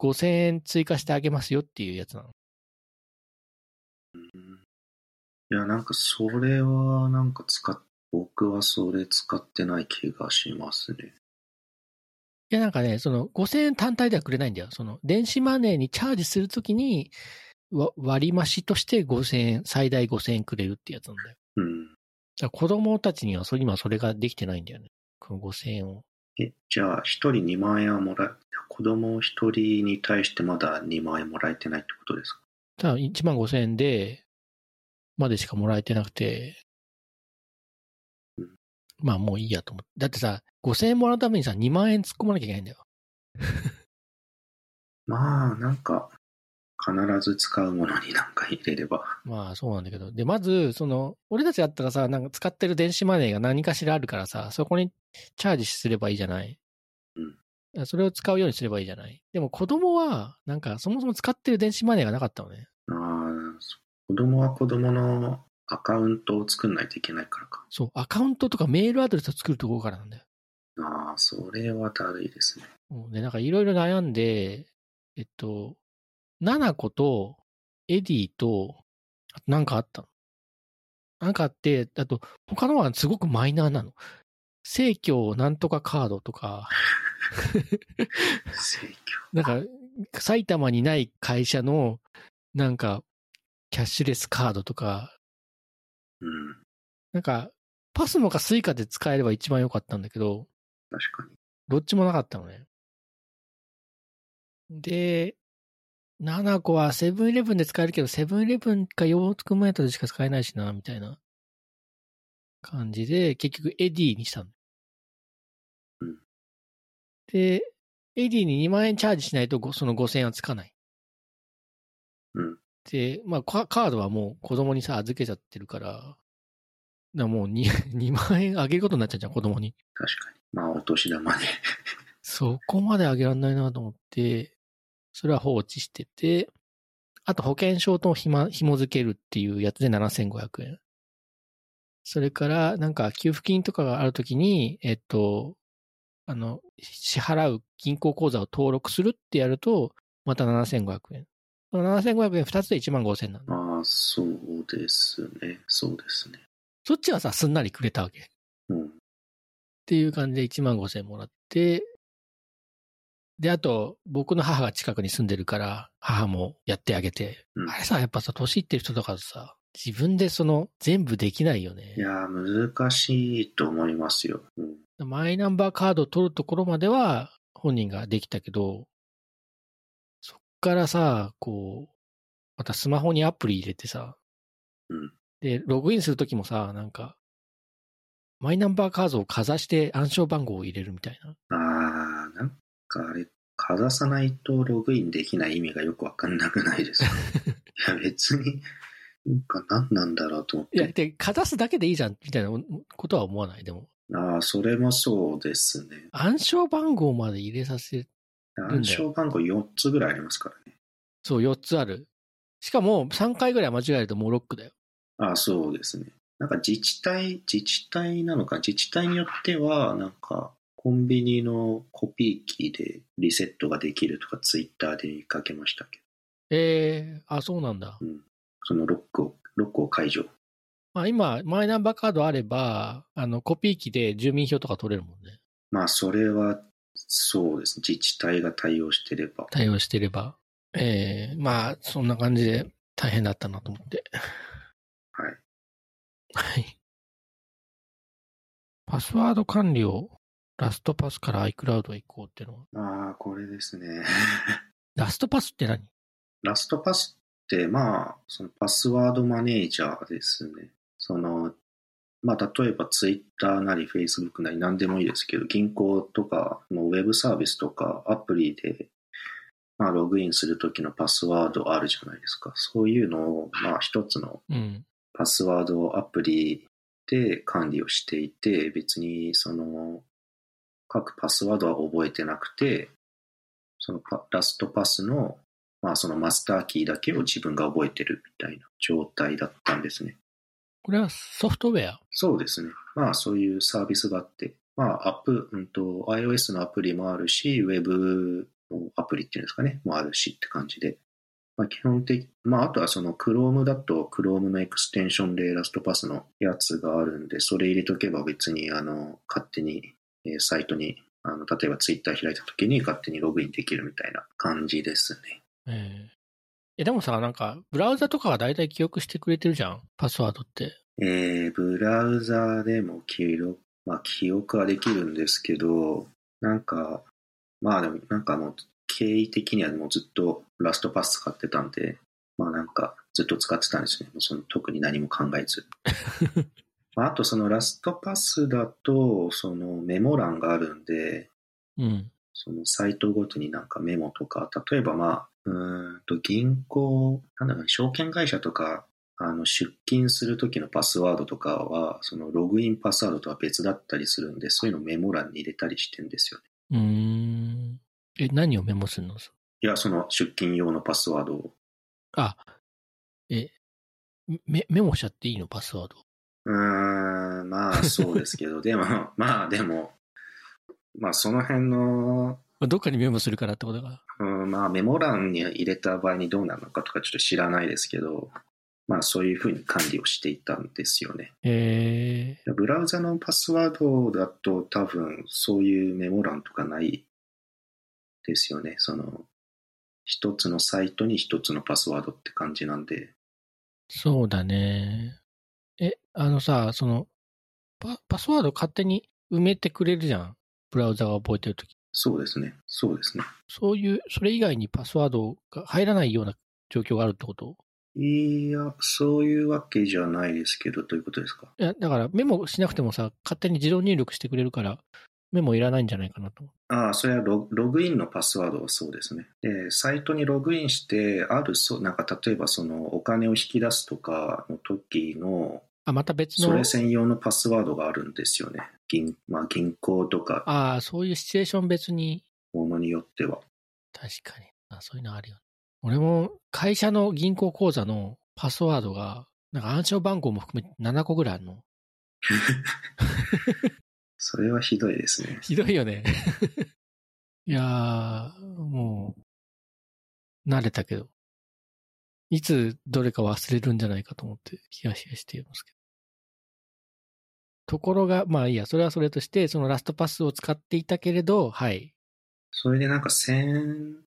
[SPEAKER 1] 5000円追加してあげますよっていうやつなの。
[SPEAKER 2] うんいや、なんかそれは、なんか使っ、僕はそれ使ってない気がしますね。
[SPEAKER 1] いや、なんかね、その5000円単体ではくれないんだよ。その電子マネーにチャージするときに、わ割増として5000円、最大5000円くれるってやつなんだよ。
[SPEAKER 2] うん。
[SPEAKER 1] だから子供たちにはそ今それができてないんだよね。この5000円を。
[SPEAKER 2] え、じゃあ、一人2万円はもらえ、子供一人に対してまだ2万円もらえてないってことですか
[SPEAKER 1] ただ1万5000円で、までしかもらえてなくて
[SPEAKER 2] うん、
[SPEAKER 1] まあもういいやと思って。だってさ、5000円もらうためにさ、2万円突っ込まなきゃいけないんだよ。
[SPEAKER 2] まあ、なんか、必ず使うものになんか入れれば。
[SPEAKER 1] まあそうなんだけど。で、まず、その、俺たちだったらさ、なんか使ってる電子マネーが何かしらあるからさ、そこにチャージすればいいじゃない。それを使うようにすればいいじゃない。でも子供は、なんかそもそも使ってる電子マネーがなかったのね。
[SPEAKER 2] ああ、そ子供は子供のアカウントを作んないといけないからか。
[SPEAKER 1] そう、アカウントとかメールアドレスを作るところからなんだよ。
[SPEAKER 2] ああ、それはだるいですね。
[SPEAKER 1] うんで、なんかいろいろ悩んで、えっと、ナナコと、エディと、あとなんかあったの。なんかあって、あと、他のはすごくマイナーなの。生協なんとかカードとか、
[SPEAKER 2] 請求。
[SPEAKER 1] なんか、埼玉にない会社の、なんか、キャッシュレスカードとか、
[SPEAKER 2] うん、
[SPEAKER 1] なんか、パスモかスイカで使えれば一番良かったんだけど、
[SPEAKER 2] 確かに。
[SPEAKER 1] どっちもなかったのね。で、7個はセブンイレブンで使えるけど、セブンイレブンか洋服マートでしか使えないしな、みたいな感じで、結局エディにしたの。
[SPEAKER 2] うん
[SPEAKER 1] で、エディに2万円チャージしないとご、その5000円はつかない。
[SPEAKER 2] うん
[SPEAKER 1] で、まあ、カカードはもう子供にさ、預けちゃってるから、だからもう 2, 2万円あげることになっちゃうじゃん、子供に。
[SPEAKER 2] 確かに。まあ、お年玉で。
[SPEAKER 1] そこまで上げられないなと思って、それは放置してて、あと保険証とひま、紐付けるっていうやつで7500円。それから、なんか給付金とかがあるときに、えっと、あの、支払う銀行口座を登録するってやると、また7500円。この7500円2つで1万5000円なの。
[SPEAKER 2] ああ、そうですね。そうですね。
[SPEAKER 1] そっちはさ、すんなりくれたわけ。っ
[SPEAKER 2] うん。
[SPEAKER 1] ていう感じで1万5000円もらって、で、あと、僕の母が近くに住んでるから、母もやってあげて。
[SPEAKER 2] うん
[SPEAKER 1] あれさ、やっぱさ、年いってる人とかさ、自分でその、全部できないよね
[SPEAKER 2] い。やー、難しいと思いますよ。うん、
[SPEAKER 1] マイナンバーカードを取るところまでは、本人ができたけど、そっからさ、こう、またスマホにアプリ入れてさ、
[SPEAKER 2] うん
[SPEAKER 1] で、ログインするときもさ、なんか、マイナンバーカードをかざして暗証番号を入れるみたいな。
[SPEAKER 2] ああ、なんかあれ、かざさないとログインできない意味がよくわかんなくな いですかいや、別に、なんか何なんだろうと思っ
[SPEAKER 1] いや、
[SPEAKER 2] て。
[SPEAKER 1] で、かざすだけでいいじゃん、みたいなことは思わない。でも、
[SPEAKER 2] ああ、それもそうですね。
[SPEAKER 1] 暗証番号まで入れさせ、
[SPEAKER 2] 暗証番号4つぐらいありますからね。
[SPEAKER 1] そう、4つある。しかも、3回ぐらい間違えるともうロックだよ。
[SPEAKER 2] ああ、そうですね。なんか自治体、自治体なのか、自治体によっては、なんか、コンビニのコピー機でリセットができるとか、ツイッターで見かけましたけど。
[SPEAKER 1] えー、あ、そうなんだ。
[SPEAKER 2] そのロックを、ロックを解除。
[SPEAKER 1] まあ、今、マイナンバーカードあれば、あの、コピー機で住民票とか取れるもんね。
[SPEAKER 2] まあ、それは、そうですね。自治体が対応してれば。
[SPEAKER 1] 対応してれば。ええまあ、そんな感じで、大変だったなと思って。
[SPEAKER 2] はい。
[SPEAKER 1] はい。パスワード管理をラストパスから iCloud へ行こうっていうのは。
[SPEAKER 2] ああ、これですね。
[SPEAKER 1] ラストパスって何
[SPEAKER 2] ラストパスって、まあ、そのパスワードマネージャーですね。その、まあ、例えばツイッターなりフェイスブックなり何でもいいですけど、銀行とかのウェブサービスとかアプリで、まあ、ログインするときのパスワードあるじゃないですか。そういうのを、まあ、一つの
[SPEAKER 1] うん。
[SPEAKER 2] パスワードアプリで管理をしていて、別にその各パスワードは覚えてなくて、そのパラストパスの、まあそのマスターキーだけを自分が覚えてるみたいな状態だったんですね。
[SPEAKER 1] これはソフトウェア。
[SPEAKER 2] そうですね。まあそういうサービスがあって、まあアップ、うんと、iOS のアプリもあるし、Web のアプリっていうんですかね、もあるしって感じで。まあ基本的、まああとはその Chrome だと Chrome のエクステンションでラストパスのやつがあるんで、それ入れとけば別にあの、勝手に、えーサイトに、あの、例えば Twitter 開いた時に勝手にログインできるみたいな感じですね。
[SPEAKER 1] ええでもさ、なんか、ブラウザとかが大体記憶してくれてるじゃん。パスワードって。
[SPEAKER 2] えー、ブラウザーでも記録、まあ、記憶はできるんですけど、なんか、まあでも、なんかもう、経緯的にはもうずっとラストパス使ってたんで、まあなんか、ずっと使ってたんですね。もうその特に何も考えず。まあ、あと、そのラストパスだと、そのメモ欄があるんで、
[SPEAKER 1] うん。
[SPEAKER 2] そのサイトごとになんかメモとか、例えばまあ、うーんと銀行、なんだろうね、証券会社とか、あの出勤する時のパスワードとかは、そのログインパスワードとは別だったりするんで、そういうのメモ欄に入れたりしてんですよね。
[SPEAKER 1] うーん。え、何をメモするの
[SPEAKER 2] いや、その出勤用のパスワードを。
[SPEAKER 1] あ、え、メメモしちゃっていいのパスワード。
[SPEAKER 2] うーん、まあそうですけど、 でも、まあでも、まあその辺の、
[SPEAKER 1] まあどっかにメモするからってことか。
[SPEAKER 2] うん、まあメモ欄に入れた場合にどうなるのかとかちょっと知らないですけど、まあそういうふうに管理をしていたんですよね。
[SPEAKER 1] ええ
[SPEAKER 2] ブラウザのパスワードだと多分そういうメモ欄とかないですよね。その、一つのサイトに一つのパスワードって感じなんで。
[SPEAKER 1] そうだね。え、あのさ、その、パパスワード勝手に埋めてくれるじゃん。ブラウザが覚えてるとき。
[SPEAKER 2] そうですね。そうですね。
[SPEAKER 1] そういう、それ以外にパスワードが入らないような状況があるってこと
[SPEAKER 2] いや、そういうわけじゃないですけど、ということですか。
[SPEAKER 1] いや、だからメモしなくてもさ、勝手に自動入力してくれるから、メモいらないんじゃないかなと思う。
[SPEAKER 2] ああ、それはロログインのパスワードはそうですね。で、サイトにログインして、ある、そう、なんか例えばそのお金を引き出すとかの時の、
[SPEAKER 1] あ、また別
[SPEAKER 2] そ
[SPEAKER 1] の
[SPEAKER 2] れ、専用のパスワードがあるんですよね。銀、まあ銀行とか
[SPEAKER 1] ああ、そういうシチュエーション別に
[SPEAKER 2] ものによっては。
[SPEAKER 1] 確かに。あそういうのあるよね。俺も会社の銀行口座のパスワードが、なんか暗証番号も含めて7個ぐらいあるの。
[SPEAKER 2] それはひどいですね。
[SPEAKER 1] ひどいよね。いやー、もう、慣れたけど。いつどれか忘れるんじゃないかと思って、ヒヤヒヤしていますけど。ところが、まあいいや、それはそれとして、そのラストパスを使っていたけれど、はい。
[SPEAKER 2] それでなんか先、ん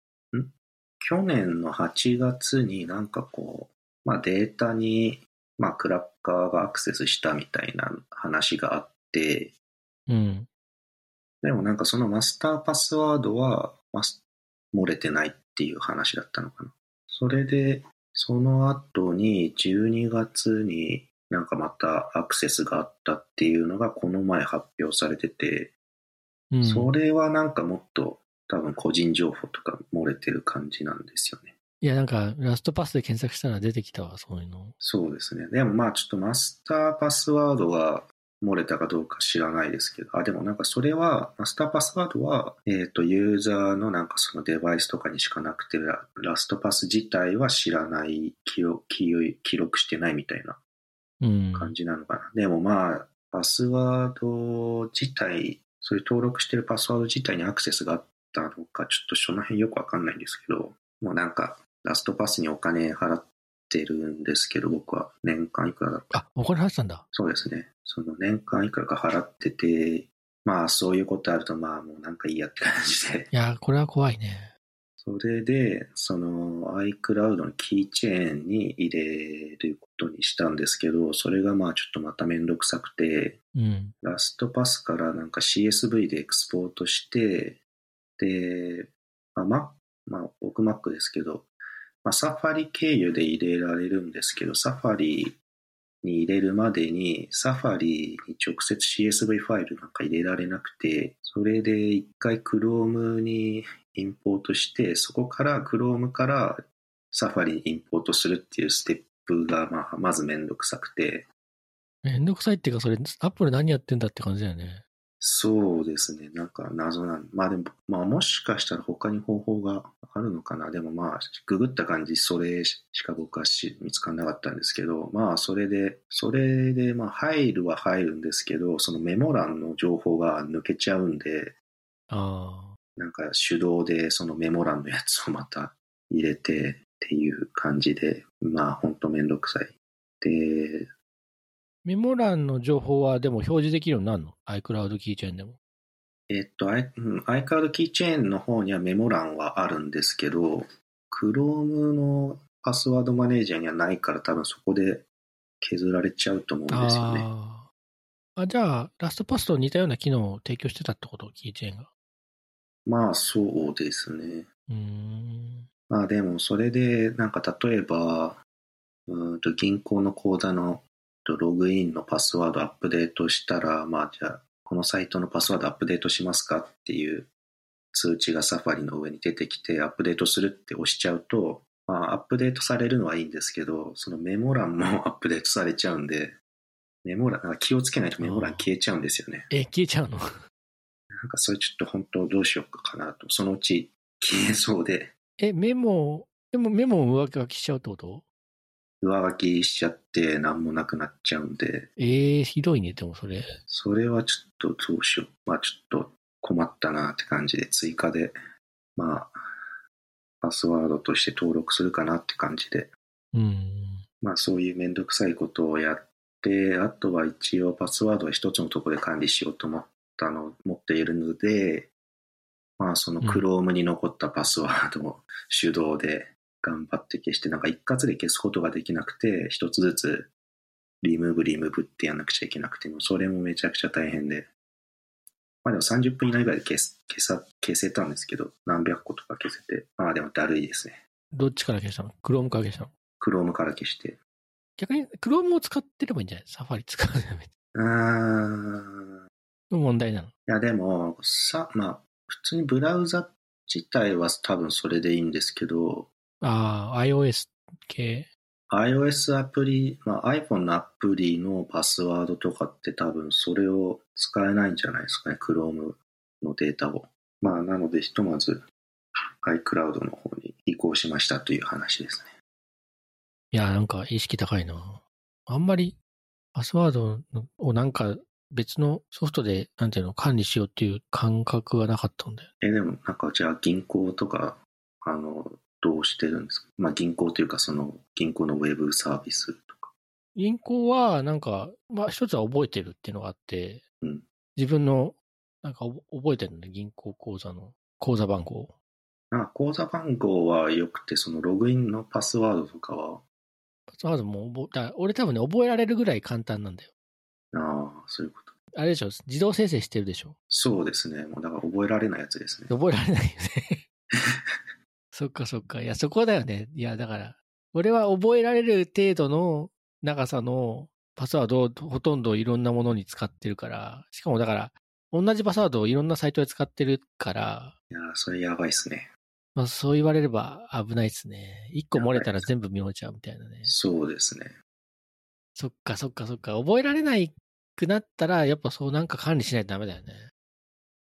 [SPEAKER 2] 去年の8月になんかこう、まあデータに、まあクラッカーがアクセスしたみたいな話があって、
[SPEAKER 1] うん。
[SPEAKER 2] でもなんかそのマスターパスワードは、マス漏れてないっていう話だったのかな。それで、その後に12月になんかまたアクセスがあったっていうのがこの前発表されてて、
[SPEAKER 1] うん、
[SPEAKER 2] それはなんかもっと多分個人情報とか漏れてる感じなんですよね。
[SPEAKER 1] いや、なんか、ラストパスで検索したら出てきたわ、そういうの。
[SPEAKER 2] そうですね。でもまあちょっとマスターパスワードが漏れたかどうか知らないですけど、あ、でもなんかそれは、マスターパスワードは、えっ、と、ユーザーのなんかそのデバイスとかにしかなくて、ララストパス自体は知らない、記録記記録してないみたいな
[SPEAKER 1] うん。
[SPEAKER 2] 感じなのかな。でもまあ、パスワード自体、そういう登録してるパスワード自体にアクセスがあったのか、ちょっとその辺よくわかんないんですけど、もうなんか、ラストパスにお金払ってるんですけど、僕は年間いくらだ
[SPEAKER 1] あ、お金払ってたんだ。
[SPEAKER 2] そうですね。その年間いくらか払ってて、まあそういうことあると、まあもうなんかいいやって感じで、
[SPEAKER 1] いや、これは怖いね。
[SPEAKER 2] それで、その iCloud のキーチェーンに入れることにしたんですけど、それがまあちょっとまためんどくさくて、
[SPEAKER 1] うん。
[SPEAKER 2] ラストパスからなんか CSV でエクスポートして、で、まあ、ままあ、僕 Mac ですけど、まあ、サファリ経由で入れられるんですけど、サファリに入れるまでに、サファリに直接 CSV ファイルなんか入れられなくて、それで一回 Chrome にインポートして、そこから Chrome からサファリにインポートするっていうステップが、まあ、まずめんどくさくて、
[SPEAKER 1] めんどくさいっていうか、それ、アップル何やってんだって感じだよね。
[SPEAKER 2] そうですね。なんか謎なんまあでも、まあもしかしたら他に方法があるのかな。でもまあ、ググった感じ、それしか僕はし見つからなかったんですけど、まあそれで、それでまあ入るは入るんですけど、そのメモ欄の情報が抜けちゃうんで、
[SPEAKER 1] ああ。
[SPEAKER 2] なんか手動でそのメモ欄のやつをまた入れてっていう感じで、まあほんとめんどくさい。で、
[SPEAKER 1] メモ欄の情報はでも表示できるようになるの ?iCloud キーチェーンでも。
[SPEAKER 2] えっと、I- うん iCloud キーチェーンの方にはメモ欄はあるんですけど、Chrome のパスワードマネージャーにはないから多分そこで削られちゃうと思うんですよね。
[SPEAKER 1] あーあ。じゃあ、ラストパスと似たような機能を提供してたってことキーチェーンが。
[SPEAKER 2] まあそうですね。
[SPEAKER 1] うーん。
[SPEAKER 2] まあでもそれでなんか例えば、うーんと銀行の口座のとログインのパスワードアップデートしたら、まあじゃあこのサイトのパスワードアップデートしますかっていう通知がサファリの上に出てきてアップデートするって押しちゃうと、まあアップデートされるのはいいんですけど、そのメモ欄も アップデートされちゃうんで、メモ欄、なんか気をつけないとメモ欄消えちゃうんですよね。
[SPEAKER 1] え、消えちゃうの
[SPEAKER 2] なんかそれちょっと本当どうしようかなと、そのうち消えそうで。
[SPEAKER 1] え、メモ、でもメモを上書きしちゃうってこと
[SPEAKER 2] 上書きしちゃって何もなくなっちゃうんで、
[SPEAKER 1] ええー、ひどいね、でもそれ。
[SPEAKER 2] それはちょっとどうしよう。まあちょっと困ったなって感じで追加で、まあ、パスワードとして登録するかなって感じで、
[SPEAKER 1] うん。
[SPEAKER 2] まあそういうめんどくさいことをやって、あとは一応パスワードは一つのところで管理しようと思ったの、持っているので、まあその
[SPEAKER 1] うん
[SPEAKER 2] Chrome に残ったパスワードを手動で頑張って消して、なんか一括で消すことができなくて、一つずつリムーブリムーブってやんなくちゃいけなくても、それもめちゃくちゃ大変で。まあでも30分以内ぐらいで消す消さ消せたんですけど、何百個とか消せて、まあでもだるいですね。
[SPEAKER 1] どっちから消したの ?Chrome から消したの
[SPEAKER 2] Chrome から消して。
[SPEAKER 1] 逆に Chrome を使ってればいいんじゃないサファリ使うのやめて。
[SPEAKER 2] うーん。
[SPEAKER 1] の問題なの。
[SPEAKER 2] いや、でも、さ、まあ、普通にブラウザ自体は多分それでいいんですけど、
[SPEAKER 1] ああ、iOS 系。
[SPEAKER 2] iOS アプリ、まあ、iPhone のアプリのパスワードとかって多分それを使えないんじゃないですかね、Chrome のデータを。まあ、なので、ひとまず iCloud の方に移行しましたという話ですね。
[SPEAKER 1] いや、なんか意識高いな。あんまりパスワードをなんか別のソフトで、なんていうの、管理しようっていう感覚はなかったんだよ。
[SPEAKER 2] え、でも、なんか、じゃあ銀行とか、あの、どうしてるんですかまあ、銀行というか、その、銀行のウェブサービスとか。
[SPEAKER 1] 銀行は、なんか、まあ一つは覚えてるっていうのがあって、
[SPEAKER 2] うん
[SPEAKER 1] 自分の、なんか覚覚えてるのね、銀行口座の、口座番号を。
[SPEAKER 2] なんか口座番号は良くて、そのログインのパスワードとかは、
[SPEAKER 1] パスワードも覚え、だから俺多分ね、覚えられるぐらい簡単なんだよ。
[SPEAKER 2] ああ、そういうこと。
[SPEAKER 1] あれでしょ、自動生成してるでしょ。
[SPEAKER 2] そうですね。もうだから覚えられないやつですね。
[SPEAKER 1] 覚えられないよね。 そっかそっか。いや、そこだよね。いや、だから、俺は覚えられる程度の長さのパスワードをほとんどいろんなものに使ってるから、しかもだから、同じパスワードをいろんなサイトで使ってるから、
[SPEAKER 2] いやー、それやばいっすね。
[SPEAKER 1] まあそう言われれば危ないですね。一個漏れたら全部見落ちゃうみたいなね。
[SPEAKER 2] そうですね。
[SPEAKER 1] そっかそっかそっか。覚えられないくなったら、やっぱそうなんか管理しないとダメだよね。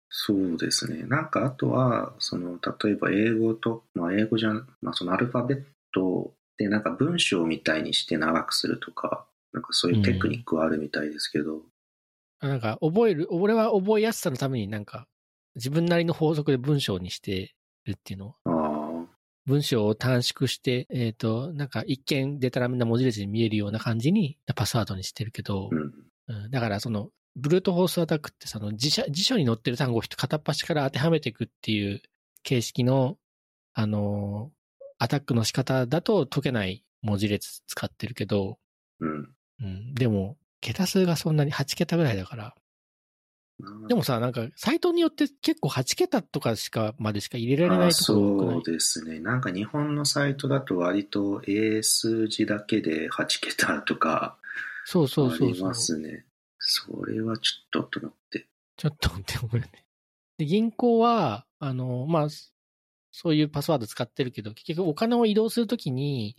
[SPEAKER 2] そうですね。なんかあとは、その、例えば英語と、まあ英語じゃん、まあそのアルファベットでなんか文章みたいにして長くするとか、なんかそういうテクニックはあるみたいですけど、
[SPEAKER 1] なんか、覚える、俺は覚えやすさのためになんか、自分なりの法則で文章にしてるっていうのを
[SPEAKER 2] ああ、
[SPEAKER 1] 文章を短縮して、えっ、と、なんか一見デタラメな文字列に見えるような感じにパスワードにしてるけど
[SPEAKER 2] う、ん。
[SPEAKER 1] うんだからその、ブルートフォースアタックってその辞書辞書に載ってる単語を片っ端から当てはめていくっていう形式のあの、アタックの仕方だと解けない文字列使ってるけど、
[SPEAKER 2] うん。
[SPEAKER 1] うん、でも、桁数がそんなに8桁ぐらいだから。でもさ、なんか、サイトによって結構8桁とかしか、までしか入れられない
[SPEAKER 2] あ
[SPEAKER 1] ところが多
[SPEAKER 2] そう
[SPEAKER 1] くない
[SPEAKER 2] ですね。なんか日本のサイトだと割と英数字だけで8桁とか
[SPEAKER 1] そうそう
[SPEAKER 2] あ
[SPEAKER 1] そう
[SPEAKER 2] り
[SPEAKER 1] そう。
[SPEAKER 2] ますね。それはちょっとと思って。
[SPEAKER 1] ちょっと待ってごめんね。で、銀行は、あの、まあ、そそういうパスワード使ってるけど、結局お金を移動するときに、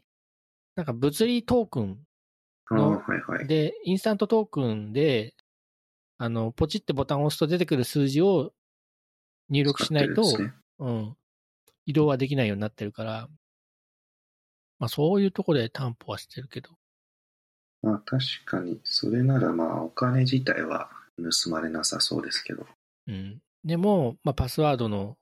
[SPEAKER 1] なんか物理トークン
[SPEAKER 2] ああ、
[SPEAKER 1] の
[SPEAKER 2] はいはい。
[SPEAKER 1] で、インスタントトークンで、あの、ポチってボタンを押すと出てくる数字を入力しないと、
[SPEAKER 2] 使ってるんですね
[SPEAKER 1] うん、移動はできないようになってるから、まあそういうとこで担保はしてるけど、
[SPEAKER 2] まあ確かに、それならまあお金自体は盗まれなさそうですけど。
[SPEAKER 1] うん。でも、まあパスワードの、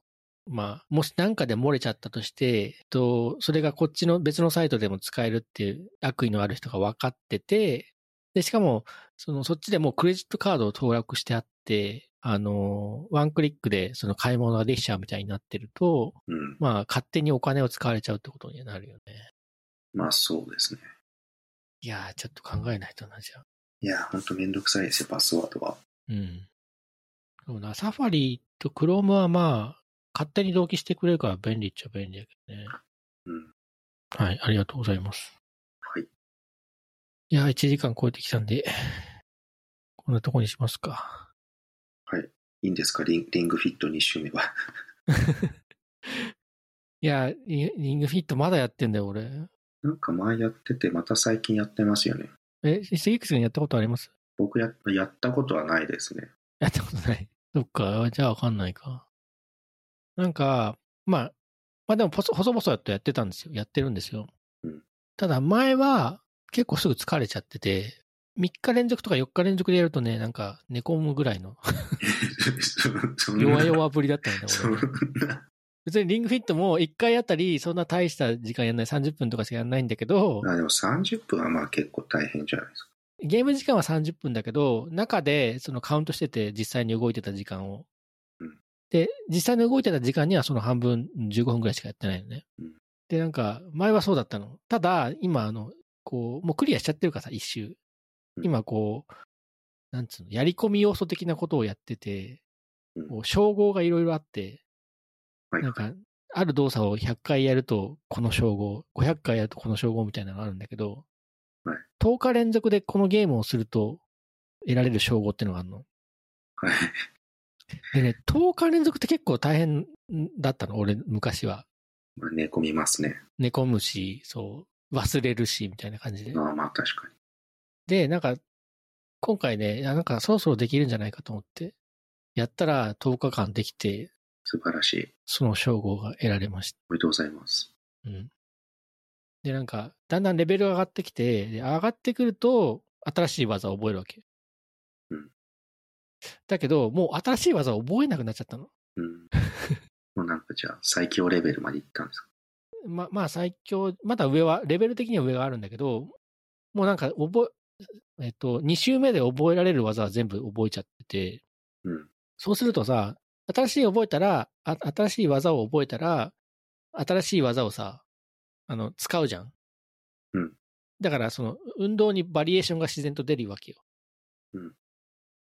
[SPEAKER 1] まあ、もし何かで漏れちゃったとして、えっと、それがこっちの別のサイトでも使えるっていう悪意のある人が分かってて、で、しかも、その、そっちでもうクレジットカードを登録してあって、あの、ワンクリックでその買い物ができちゃうみたいになってると、
[SPEAKER 2] うん。
[SPEAKER 1] まあ、勝手にお金を使われちゃうってことになるよね。
[SPEAKER 2] まあそうですね。
[SPEAKER 1] いやー、ちょっと考えないとな、じゃあ。
[SPEAKER 2] いや、ほんとめんどくさいですよ、パスワードは。
[SPEAKER 1] うん。そうな、サファリとクロームはまあ、勝手に同期してくれるから便利っちゃ便利だけどね。
[SPEAKER 2] うん。
[SPEAKER 1] はい、ありがとうございます。
[SPEAKER 2] はい。
[SPEAKER 1] いや、1時間超えてきたんで、 こんなとこにしますか。
[SPEAKER 2] いいんですかリンリングフィット2周目は。
[SPEAKER 1] いや、リリングフィットまだやってんだよ、俺。
[SPEAKER 2] なんか前やってて、また最近やってますよね。
[SPEAKER 1] え、杉口君やったことあります
[SPEAKER 2] 僕ややったことはないですね。
[SPEAKER 1] やったことない。そっか、じゃあわかんないか。なんか、まあ、まあでも、細細々やっとやってたんですよ。やってるんですよ。
[SPEAKER 2] うん
[SPEAKER 1] ただ、前は結構すぐ疲れちゃってて、3日連続とか4日連続でやるとね、なんか寝込むぐらいの
[SPEAKER 2] そんな
[SPEAKER 1] 弱々ぶりだったんだよ、
[SPEAKER 2] そ
[SPEAKER 1] 俺
[SPEAKER 2] ん
[SPEAKER 1] は。
[SPEAKER 2] な
[SPEAKER 1] 別にリングフィットも1回あたり、そんな大した時間やんない、30分とかしかやんないんだけど、
[SPEAKER 2] あでも30分はまあ結構大変じゃないですか。
[SPEAKER 1] ゲーム時間は30分だけど、中でそのカウントしてて、実際に動いてた時間を
[SPEAKER 2] うん。
[SPEAKER 1] で、実際に動いてた時間にはその半分、15分ぐらいしかやってないのね
[SPEAKER 2] うん。
[SPEAKER 1] で、なんか、前はそうだったの。ただ、今、あの、こう、もうクリアしちゃってるからさ、一周。
[SPEAKER 2] うん
[SPEAKER 1] 今、こう、なんつうの、やり込み要素的なことをやってて
[SPEAKER 2] うん、
[SPEAKER 1] こう称号がいろいろあって、
[SPEAKER 2] はい
[SPEAKER 1] なんか、ある動作を100回やるとこの称号、500回やるとこの称号みたいなのがあるんだけど、
[SPEAKER 2] はい
[SPEAKER 1] 10日連続でこのゲームをすると得られる称号っていうのがあるの。
[SPEAKER 2] はい。
[SPEAKER 1] でね、10日連続って結構大変だったの、俺、昔は。
[SPEAKER 2] まあ、寝込みますね。
[SPEAKER 1] 寝込むし、そう、忘れるし、みたいな感じで
[SPEAKER 2] あ。あまあ確かに。
[SPEAKER 1] で、なんか、今回ね、いやなんかそろそろできるんじゃないかと思って、やったら10日間できて、
[SPEAKER 2] 素晴らしい。
[SPEAKER 1] その称号が得られました。
[SPEAKER 2] おめでとうございます。
[SPEAKER 1] うん。で、なんか、だんだんレベルが上がってきて、で上がってくると、新しい技を覚えるわけ。
[SPEAKER 2] うん。
[SPEAKER 1] だけど、もう新しい技を覚えなくなっちゃったの。
[SPEAKER 2] うん。もうなんかじゃあ最強レベルまでいったんですか。
[SPEAKER 1] ま、まあ最強、まだ上は、レベル的には上があるんだけど、もうなんか覚え、えっと、2周目で覚えられる技は全部覚えちゃってて、
[SPEAKER 2] うん。
[SPEAKER 1] そうするとさ、新しい覚えたら、あ新しい技を覚えたら、新しい技をさ、あの、使うじゃん。
[SPEAKER 2] うん。
[SPEAKER 1] だから、その、運動にバリエーションが自然と出るわけよ。
[SPEAKER 2] うん。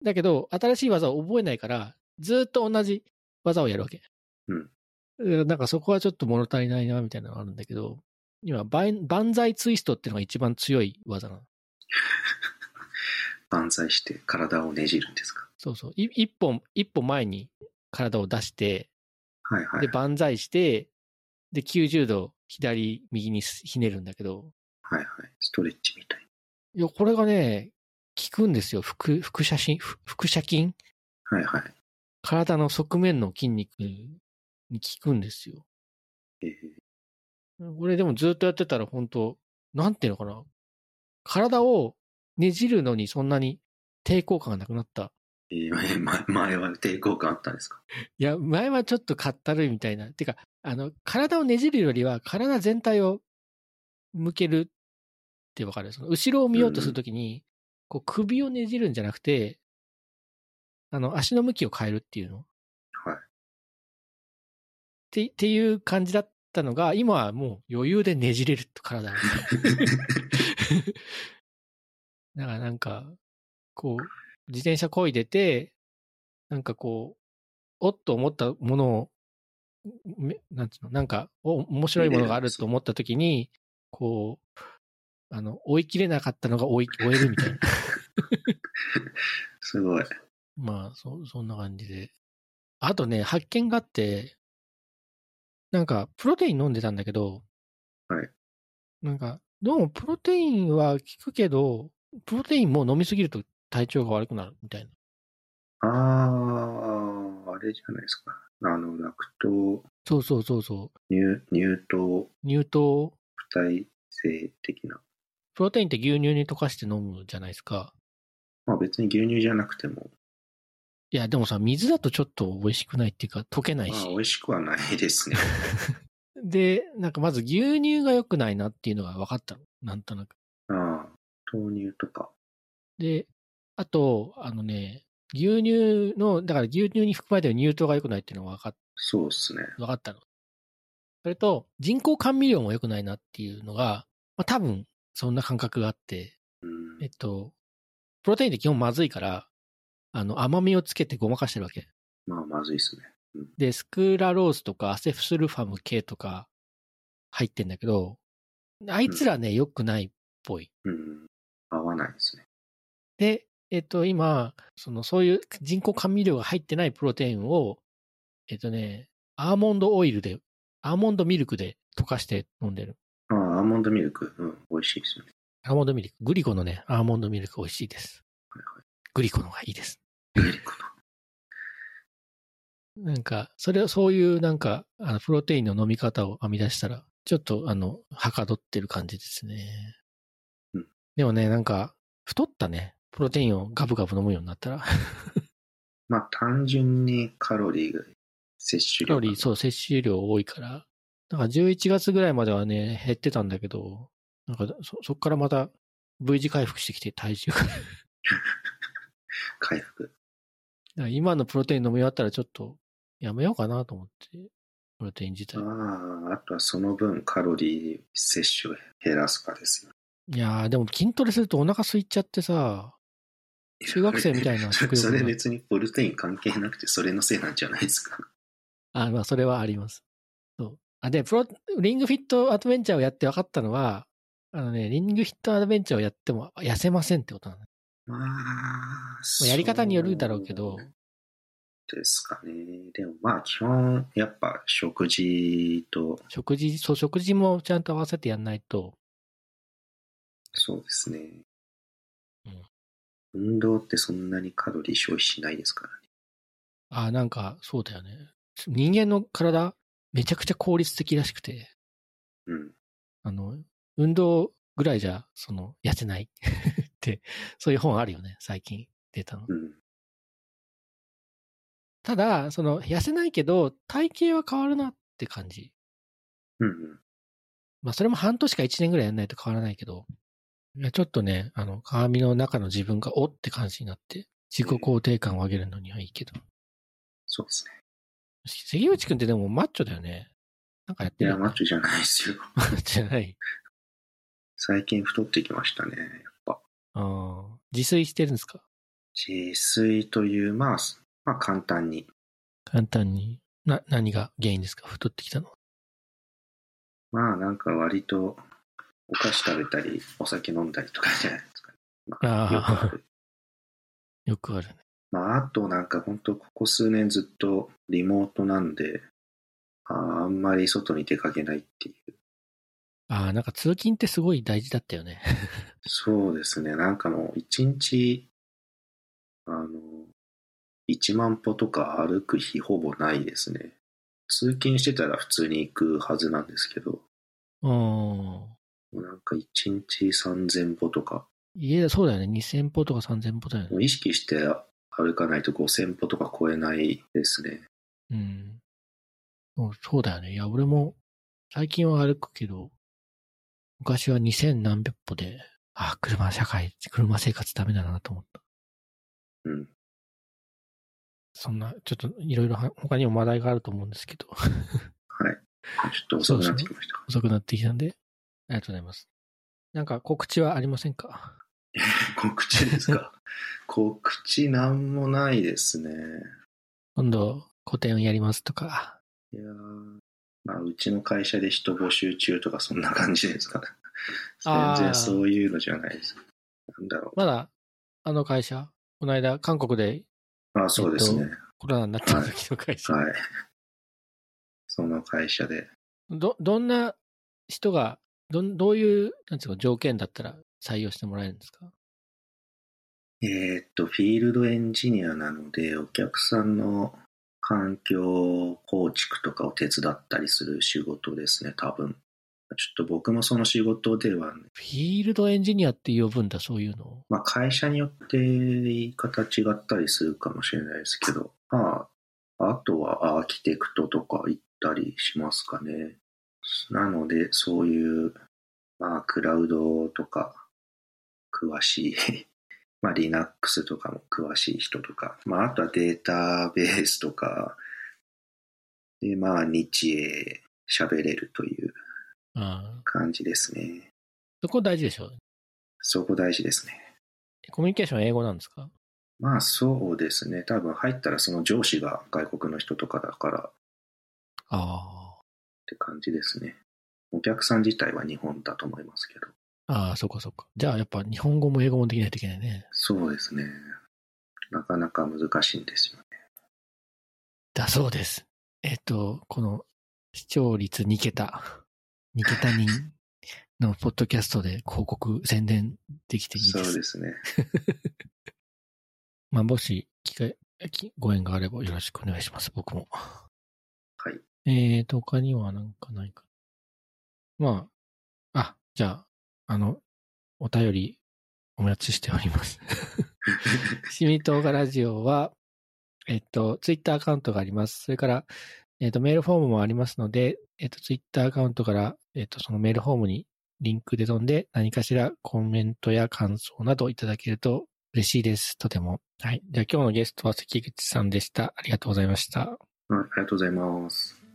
[SPEAKER 1] だけど、新しい技を覚えないから、ずーっと同じ技をやるわけ。
[SPEAKER 2] うん
[SPEAKER 1] うん。なんかそこはちょっと物足りないな、みたいなのがあるんだけど、今、バイ万歳ツイストっていうのが一番強い技なの。
[SPEAKER 2] 万歳して体をねじるんですか。
[SPEAKER 1] そうそう。い一歩、一歩前に体を出して、
[SPEAKER 2] はいは
[SPEAKER 1] で、
[SPEAKER 2] い。
[SPEAKER 1] 万歳して、で、90度左、右にすひねるんだけど、
[SPEAKER 2] はいはい。ストレッチみたい。
[SPEAKER 1] いや、これがね、効くんですよ。腹、腹斜筋、ふ腹斜筋
[SPEAKER 2] はいはい。
[SPEAKER 1] 体の側面の筋肉に効くんですよ。
[SPEAKER 2] えー
[SPEAKER 1] これでもずっとやってたら本当なんていうのかな。体をねじるのにそんなに抵抗感がなくなった。
[SPEAKER 2] えー、前前は抵抗感あったんですか。
[SPEAKER 1] いや、前はちょっとかったるいみたいな。てか、あの、体をねじるよりは、体全体を向けるってわかるその後ろを見ようとするときに、こう、首をねじるんじゃなくて、あの、足の向きを変えるっていうのっ
[SPEAKER 2] はい。
[SPEAKER 1] てっていう感じだっったのが、今はもう余裕でねじれると体が。 だからなんか、こう、自転車こいでて、なんかこう、おっと思ったものを、めなんつうの、なんか、お、面白いものがあると思った時に、こう、あの、追い切れなかったのが追い、追えるみ たいな。
[SPEAKER 2] すごい。
[SPEAKER 1] まあ、そ、そんな感じで。あとね、発見があって、なんか、プロテイン飲んでたんだけど、
[SPEAKER 2] はい。
[SPEAKER 1] なんか、どうもプロテインは効くけど、プロテインも飲みすぎると体調が悪くなるみたいな。
[SPEAKER 2] ああ、あれじゃないですか。あの、ラクト、
[SPEAKER 1] そうそうそうそう。
[SPEAKER 2] 乳、乳糖
[SPEAKER 1] 乳糖、
[SPEAKER 2] 不耐性的な。
[SPEAKER 1] プロテインって牛乳に溶かして飲むじゃないですか。
[SPEAKER 2] まあ別に牛乳じゃなくても、
[SPEAKER 1] いや、でもさ、水だとちょっと美味しくないっていうか、溶けない
[SPEAKER 2] まあ
[SPEAKER 1] し
[SPEAKER 2] 美。味しくはないで すね。
[SPEAKER 1] で、なんかまず牛乳が良くないなっていうのが分かったの。なんとなく。
[SPEAKER 2] ああ、豆乳とか。
[SPEAKER 1] で、あと、あのね、牛乳の、だから牛乳に含まれてる乳糖が良くないっていうのが分かっ
[SPEAKER 2] そうっすね。
[SPEAKER 1] 分かったの。それと、人工甘味料も良くないなっていうのが、まあ多分、そんな感覚があって、
[SPEAKER 2] うん
[SPEAKER 1] えっと、プロテインって基本まずいから、あの、甘みをつけてごまかしてるわけ。
[SPEAKER 2] まあまずいっすね。
[SPEAKER 1] で、スクラロースとかアセフスルファム系とか入ってんだけど、あいつらね、良くないっぽい。
[SPEAKER 2] うん。合わないですね。
[SPEAKER 1] で、えっと、今、その、そういう人工甘味料が入ってないプロテインを、えっとね、アーモンドオイルで、アーモンドミルクで溶かして飲んでる。
[SPEAKER 2] ああ、アーモンドミルク。うん、美味しいですよね。
[SPEAKER 1] アーモンドミルク。グリコのね、アーモンドミルク美味しいです。
[SPEAKER 2] はいはい。
[SPEAKER 1] グリコのがいいです。
[SPEAKER 2] ミルクの。
[SPEAKER 1] なんか、それを、そういうなんか、あのプロテインの飲み方を編み出したら、ちょっと、あの、はかどってる感じですね。
[SPEAKER 2] うん
[SPEAKER 1] でもね、なんか、太ったね。プロテインをガブガブ飲むようになったら、
[SPEAKER 2] まあ単純にカロリーが摂取
[SPEAKER 1] カロリ
[SPEAKER 2] 量
[SPEAKER 1] ー、
[SPEAKER 2] が。
[SPEAKER 1] そう、摂取量多いから。なんか11月ぐらいまではね、減ってたんだけど、なんかそ、そっからまた V 字回復してきて体重が。だか
[SPEAKER 2] 回復。
[SPEAKER 1] ら今のプロテイン飲み終わったらちょっとやめようかなと思って、プロテイン自体。
[SPEAKER 2] ああ、あとはその分カロリー摂取を減らすかですよ。
[SPEAKER 1] いやー、でも筋トレするとお腹空いちゃってさ、中学生みたいな食欲
[SPEAKER 2] それ
[SPEAKER 1] が。
[SPEAKER 2] 別にプルテイン関係なくて、それのせいなんじゃないですか。
[SPEAKER 1] あ、まあ、それはあります。そう。あ、で、プロ、リングフィットアドベンチャーをやって分かったのは、あのね、リングフィットアドベンチャーをやっても痩せませんってことなの。
[SPEAKER 2] まあ、
[SPEAKER 1] まあやり方によるだろうけど
[SPEAKER 2] そうですかね。でもまあ、基本、やっぱ食事と、
[SPEAKER 1] 食事、そう、食事もちゃんと合わせてやんないと、
[SPEAKER 2] そうですね。
[SPEAKER 1] うん
[SPEAKER 2] 運動ってそんなにカロリー消費しないですからね。
[SPEAKER 1] あ、なんか、そうだよね。人間の体、めちゃくちゃ効率的らしくて、
[SPEAKER 2] うん。
[SPEAKER 1] あの、運動ぐらいじゃ、その、痩せない って、そういう本あるよね、最近出たの。
[SPEAKER 2] うん。
[SPEAKER 1] ただ、その、痩せないけど、体型は変わるなって感じ。
[SPEAKER 2] うんうん。
[SPEAKER 1] まあ、それも半年か1年ぐらいやんないと変わらないけど、いやちょっとね、あの、鏡の中の自分がおって感じになって、自己肯定感を上げるのにはいいけど。
[SPEAKER 2] そうですね。
[SPEAKER 1] 関口くんってでもマッチョだよね。なんかやっ
[SPEAKER 2] い
[SPEAKER 1] てる
[SPEAKER 2] や、
[SPEAKER 1] よね
[SPEAKER 2] マッチョじゃないですよ。
[SPEAKER 1] じゃない。
[SPEAKER 2] 最近太ってきましたね。やっぱ。
[SPEAKER 1] ああ。自炊してるんですか
[SPEAKER 2] 自炊という、まあ、まあ簡単に。
[SPEAKER 1] 簡単に。な、何が原因ですか太ってきたのは。
[SPEAKER 2] まあなんか割と、お菓子食べたり、お酒飲んだりとかじゃないですか、ね。ま
[SPEAKER 1] あー
[SPEAKER 2] よくある。
[SPEAKER 1] よくあるね。
[SPEAKER 2] まあ、あとなんか本当ここ数年ずっとリモートなんで、あーあんまり外に出かけないっていう。
[SPEAKER 1] ああ、なんか通勤ってすごい大事だったよね。
[SPEAKER 2] そうですね。なんかもう一日、あの、1万歩とか歩く日ほぼないですね。通勤してたら普通に行くはずなんですけど、も
[SPEAKER 1] うーん。
[SPEAKER 2] うなんか一日3000歩とか、
[SPEAKER 1] 家だ、そうだよね。2000歩とか3000歩だよ
[SPEAKER 2] も
[SPEAKER 1] ね。
[SPEAKER 2] う意識して歩かないと5000歩とか超えないですね。
[SPEAKER 1] うん。そうそうだよね。いや、俺も、最近は歩くけど、昔は2000何百歩で、ああ、車社会、車生活ダメだなと思った。
[SPEAKER 2] うん。
[SPEAKER 1] そんな、ちょっといろいろは他にも話題があると思うんですけど。
[SPEAKER 2] はい。ちょっと遅くなってきました。
[SPEAKER 1] 遅くなってきたんで、ありがとうございます。なんか告知はありませんか
[SPEAKER 2] 告知です か告知なんもないですね。
[SPEAKER 1] 今度、個展をやりますとか。
[SPEAKER 2] いやーまあ、うちの会社で人募集中とかそんな感じですかね。
[SPEAKER 1] あー
[SPEAKER 2] 全然そういうのじゃないです。なんだろ
[SPEAKER 1] まだ、あの会社、この間、韓国で
[SPEAKER 2] う。まあ、そうですね。
[SPEAKER 1] コロナになった時の会社。
[SPEAKER 2] はい。その会社で。
[SPEAKER 1] ど、どんな人が、どん、どういう、なんつうか、条件だったら採用してもらえるんですか
[SPEAKER 2] えーっと、フィールドエンジニアなので、お客さんの環境構築とかを手伝ったりする仕事ですね、多分。ちょっと僕もその仕事では、
[SPEAKER 1] フィールドエンジニアって呼ぶんだ、そういうのを。
[SPEAKER 2] まあ、会社によって言い方違ったりするかもしれないですけど、まあ、あとはアーキテクトとか行ったりしますかね。なので、そういう、まあ、クラウドとか、詳しい、 まあ、Linux とかも詳しい人とか、まあ、あとはデータベースとか、で、まあ、日英喋れるという
[SPEAKER 1] うん。
[SPEAKER 2] 感じですね。
[SPEAKER 1] そこ大事でしょ。
[SPEAKER 2] そこ大事ですね。
[SPEAKER 1] コミュニケーションは英語なんですか
[SPEAKER 2] まあそうですね。多分入ったらその上司が外国の人とかだからっ
[SPEAKER 1] あ
[SPEAKER 2] て感じですね。お客さん自体は日本だと思いますけど。
[SPEAKER 1] あ。ああ、そっかそっか。じゃあ、やっぱ日本語も英語もできないといけないね。
[SPEAKER 2] そうですね。なかなか難しいんですよね。
[SPEAKER 1] だそうです。えっと、この視聴率2桁、2桁人のポッドキャストで広告、宣伝できていいです。
[SPEAKER 2] そうですね。
[SPEAKER 1] まあ、もし、機会、きご縁があればよろしくお願いします、僕も。
[SPEAKER 2] はい。
[SPEAKER 1] えーと、他にはなんかないか。まあ、あ、じゃあ、あの、お便り、お待ちしております。しみとうがラジオは、えっと、ツイッターアカウントがあります。それから、えっと、メールフォームもありますので、えっと、ツイッターアカウントから、えっと、そのメールフォームにリンクで飛んで、何かしらコメントや感想などいただけると嬉しいです。とても。はい。じゃあ今日のゲストは関口さんでした。ありがとうございました。
[SPEAKER 2] はいありがとうございます。